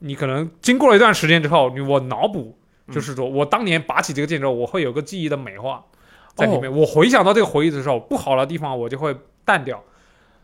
Speaker 2: 你可能经过了一段时间之后，你我脑补。
Speaker 1: 嗯
Speaker 2: 就是说，我当年拔起这个剑之后，我会有个记忆的美化
Speaker 1: 哦
Speaker 2: 在里面。我回想到这个回忆的时候，不好的地方我就会淡掉，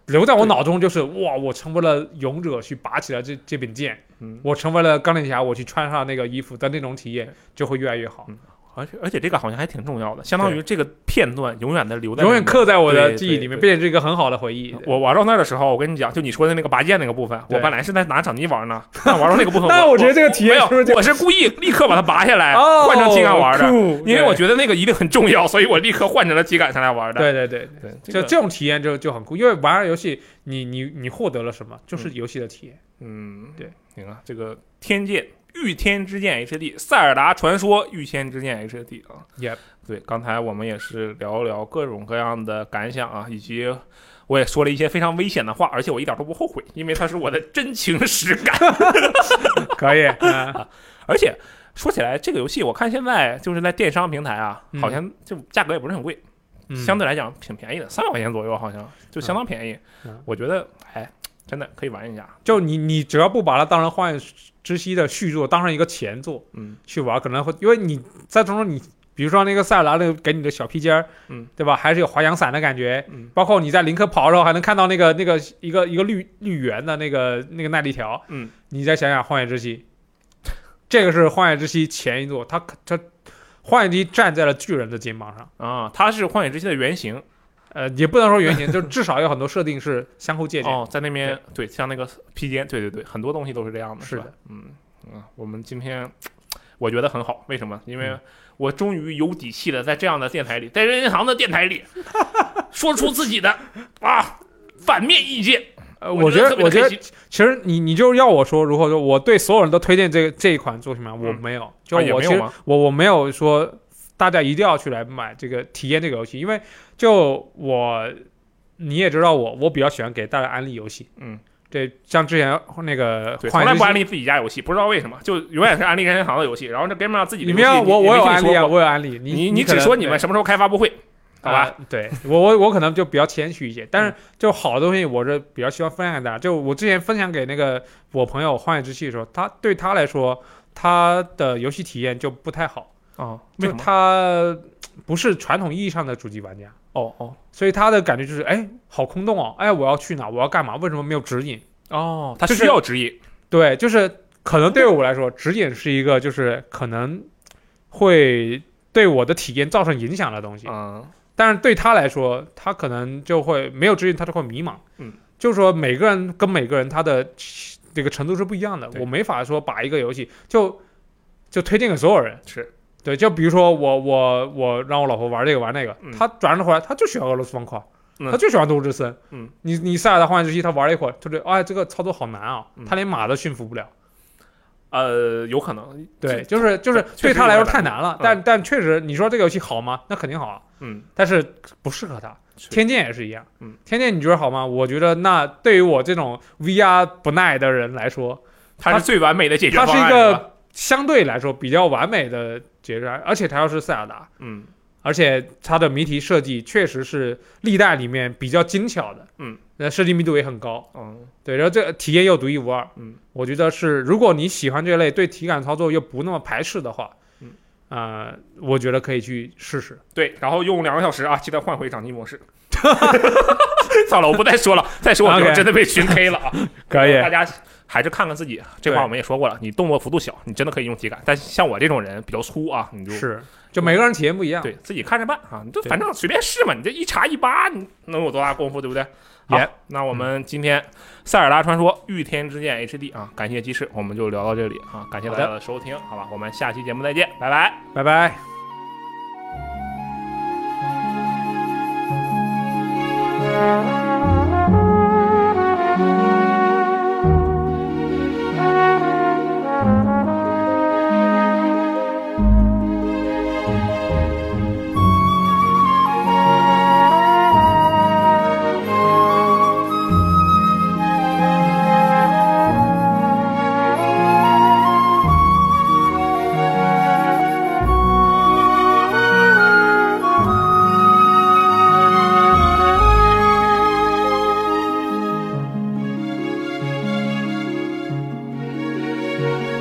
Speaker 2: 留在我
Speaker 1: 对
Speaker 2: 脑中就是哇，我成为了勇者，去拔起了这这柄剑，
Speaker 1: 嗯，
Speaker 2: 我成为了钢铁侠，我去穿上那个衣服的那种体验就会越来越好，
Speaker 1: 而且而且这个好像还挺重要的，相当于这个片段永远的留在
Speaker 2: 永远
Speaker 1: 你
Speaker 2: 刻在我的
Speaker 1: 对
Speaker 2: 记忆
Speaker 1: 对
Speaker 2: 里面，
Speaker 1: 对
Speaker 2: 变成一个很好的回忆。
Speaker 1: 我玩到那儿的时候，我跟你讲，就你说的那个拔剑那个部分，
Speaker 2: 对
Speaker 1: 我本来是在拿掌机玩呢， 但玩到那个部分，
Speaker 2: 那
Speaker 1: 我
Speaker 2: 我觉得这个体验
Speaker 1: 没有
Speaker 2: 是不是就
Speaker 1: 我是故意立刻把它拔下来，
Speaker 2: 哦，
Speaker 1: 换成体感玩的，
Speaker 2: 酷
Speaker 1: 因为我觉得那个一定很重要，所以我立刻换成了体感上来玩的。
Speaker 2: 对对对
Speaker 1: 对，
Speaker 2: 对，
Speaker 1: 这
Speaker 2: 就
Speaker 1: 个
Speaker 2: 这种体验就就很酷，因为玩游戏，你你你获得了什么，就是游戏的体验。
Speaker 1: 嗯，
Speaker 2: 对，
Speaker 1: 行啊，这个《天剑》《御天之剑 HD》《塞尔达传说》《御天之剑 HD》啊
Speaker 2: Yep
Speaker 1: 对，刚才我们也是聊一聊各种各样的感想啊，以及我也说了一些非常危险的话，而且我一点都不后悔，因为它是我的真情实感。
Speaker 2: 可以，嗯
Speaker 1: 而且说起来，这个游戏我看现在就是在电商平台啊，
Speaker 2: 嗯
Speaker 1: 好像就价格也不是很贵，
Speaker 2: 嗯
Speaker 1: 相对来讲挺便宜的，三百块钱左右好像就相当便宜。
Speaker 2: 嗯
Speaker 1: 我觉得，哎，真的可以玩一下。
Speaker 2: 就你你只要不把它当成《荒野之息》的续作，当成一个前作
Speaker 1: 嗯，
Speaker 2: 去玩，可能会因为你在中间你。比如说那个塞尔达那个给你的小披肩儿，
Speaker 1: 嗯，
Speaker 2: 对吧？还是有滑翔伞的感觉，
Speaker 1: 嗯，
Speaker 2: 包括你在林克跑的时候还能看到那个那个一个一个绿绿圆的那个那个耐力条，
Speaker 1: 嗯，
Speaker 2: 你再想想《荒野之息》，这个是《荒野之息》前一座，它它《荒野之息》站在了巨人的肩膀上，
Speaker 1: 啊，它是《荒野之息》的原型
Speaker 2: 呃，也不能说原型，就至少有很多设定是相互借鉴。
Speaker 1: 哦，在那边对，像那个披肩，对对对，很多东西都是这样的，
Speaker 2: 是
Speaker 1: 吧
Speaker 2: 的？
Speaker 1: 嗯嗯，我们今天我觉得很好，为什么？因为
Speaker 2: 嗯
Speaker 1: 我终于有底气的在这样的电台里，在任天堂的电台 里说出自己的啊反面意见。
Speaker 2: 呃，我觉得，我觉得其实你你就是要我说，如何说我对所有人都推荐这个这一款作品吗？我
Speaker 1: 嗯
Speaker 2: 没有，就
Speaker 1: 啊也
Speaker 2: 我
Speaker 1: 没
Speaker 2: 其
Speaker 1: 有
Speaker 2: 实
Speaker 1: 吗
Speaker 2: 我我没有说大家一定要去来买这个体验这个游戏，因为就我你也知道我我比较喜欢给大家安利游戏，
Speaker 1: 嗯，
Speaker 2: 对，像之前那个
Speaker 1: 对，
Speaker 2: 幻
Speaker 1: 从来
Speaker 2: 影之
Speaker 1: 不安
Speaker 2: 息
Speaker 1: 利自己家游戏，不知道为什么，就永远是安利任天堂的游戏。然后这 Game 上自己的
Speaker 2: 你
Speaker 1: 游
Speaker 2: 们
Speaker 1: 戏，
Speaker 2: 要我我有安利
Speaker 1: 你
Speaker 2: 啊，
Speaker 1: 啊，
Speaker 2: 我有安利，
Speaker 1: 你
Speaker 2: 你可
Speaker 1: 只
Speaker 2: 能
Speaker 1: 说你们
Speaker 2: 对
Speaker 1: 什么时候开发布会，好吧？嗯
Speaker 2: 啊对我我我可能就比较谦虚一些，但是就好的东西，我是比较希望分享给大家。就我之前分享给那个我朋友《荒野之息》的时候，他对他来说，它的游戏体验就不太好，
Speaker 1: 啊，为
Speaker 2: 就
Speaker 1: 什么？
Speaker 2: 它不是传统意义上的主机玩家，
Speaker 1: 哦哦
Speaker 2: 所以他的感觉就是，哎，好空洞哦，哎，我要去哪，我要干嘛，为什么没有指引？
Speaker 1: 哦，他
Speaker 2: 就是
Speaker 1: 需要指引，
Speaker 2: 对，就是可能对我来说，指引是一个就是可能会对我的体验造成影响的东西，
Speaker 1: 嗯
Speaker 2: 但是对他来说，他可能就会没有指引，他就会迷茫。
Speaker 1: 嗯，
Speaker 2: 就是说每个人跟每个人他的这个程度是不一样的，
Speaker 1: 对
Speaker 2: 我没法说把一个游戏就就推荐给所有人。
Speaker 1: 是
Speaker 2: 对，就比如说我我我让我老婆玩这个玩那个，
Speaker 1: 嗯
Speaker 2: 她转回来，她就喜欢俄罗斯方块，
Speaker 1: 嗯
Speaker 2: 她就喜欢都市之森。
Speaker 1: 嗯，
Speaker 2: 你你塞尔达荒野之息，她玩了一会儿，她觉得哎这个操作好难啊，
Speaker 1: 嗯
Speaker 2: 她连马都驯服不了。
Speaker 1: 呃，有可能，
Speaker 2: 对，就是就是
Speaker 1: 确
Speaker 2: 对
Speaker 1: 实
Speaker 2: 她来
Speaker 1: 有
Speaker 2: 说
Speaker 1: 点
Speaker 2: 太难了
Speaker 1: 嗯，
Speaker 2: 但但确实你说这个游戏好吗？那肯定好啊，
Speaker 1: 嗯，
Speaker 2: 但是不适合她。
Speaker 1: 是
Speaker 2: 天剑也是一样，
Speaker 1: 嗯，
Speaker 2: 天剑你觉得好吗？我觉得那对于我这种 VR 不耐的人来说，
Speaker 1: 它
Speaker 2: 它
Speaker 1: 是最完美的解决
Speaker 2: 它
Speaker 1: 方
Speaker 2: 是
Speaker 1: 案，
Speaker 2: 一
Speaker 1: 是吧
Speaker 2: 个相对来说比较完美的解决，而且它又是塞尔达，
Speaker 1: 嗯
Speaker 2: 而且它的谜题设计确实是历代里面比较精巧的，
Speaker 1: 嗯，
Speaker 2: 那设计密度也很高，
Speaker 1: 嗯
Speaker 2: 对，然后这个体验又独一无二，
Speaker 1: 嗯，
Speaker 2: 我觉得是如果你喜欢这类对体感操作又不那么排斥的话，
Speaker 1: 嗯，
Speaker 2: 啊，我觉得可以去试试。
Speaker 1: 对，然后用两个小时啊，记得换回掌机模 式。 算了，我不再说了，再说我就
Speaker 2: OK
Speaker 1: 真的被群 K 了啊！
Speaker 2: 可以
Speaker 1: 大家还是看看自己。这话
Speaker 2: 对，
Speaker 1: 我们也说过了，你动作幅度小，你真的可以用体感，但像我这种人比较粗啊，你就是
Speaker 2: 就每个人体验不一样，
Speaker 1: 对自己看着办啊，你就
Speaker 2: 对
Speaker 1: 反正随便试嘛，你这一查一扒，你能有多大功夫，对不对？好
Speaker 2: Yeah
Speaker 1: 那我们今天《塞尔达传说：御天之剑 HD》啊，感谢鸡翅，我们就聊到这里啊，感谢大家
Speaker 2: 好
Speaker 1: 的收听，好吧，我们下期节目再见，拜拜。
Speaker 2: 拜拜。
Speaker 3: thank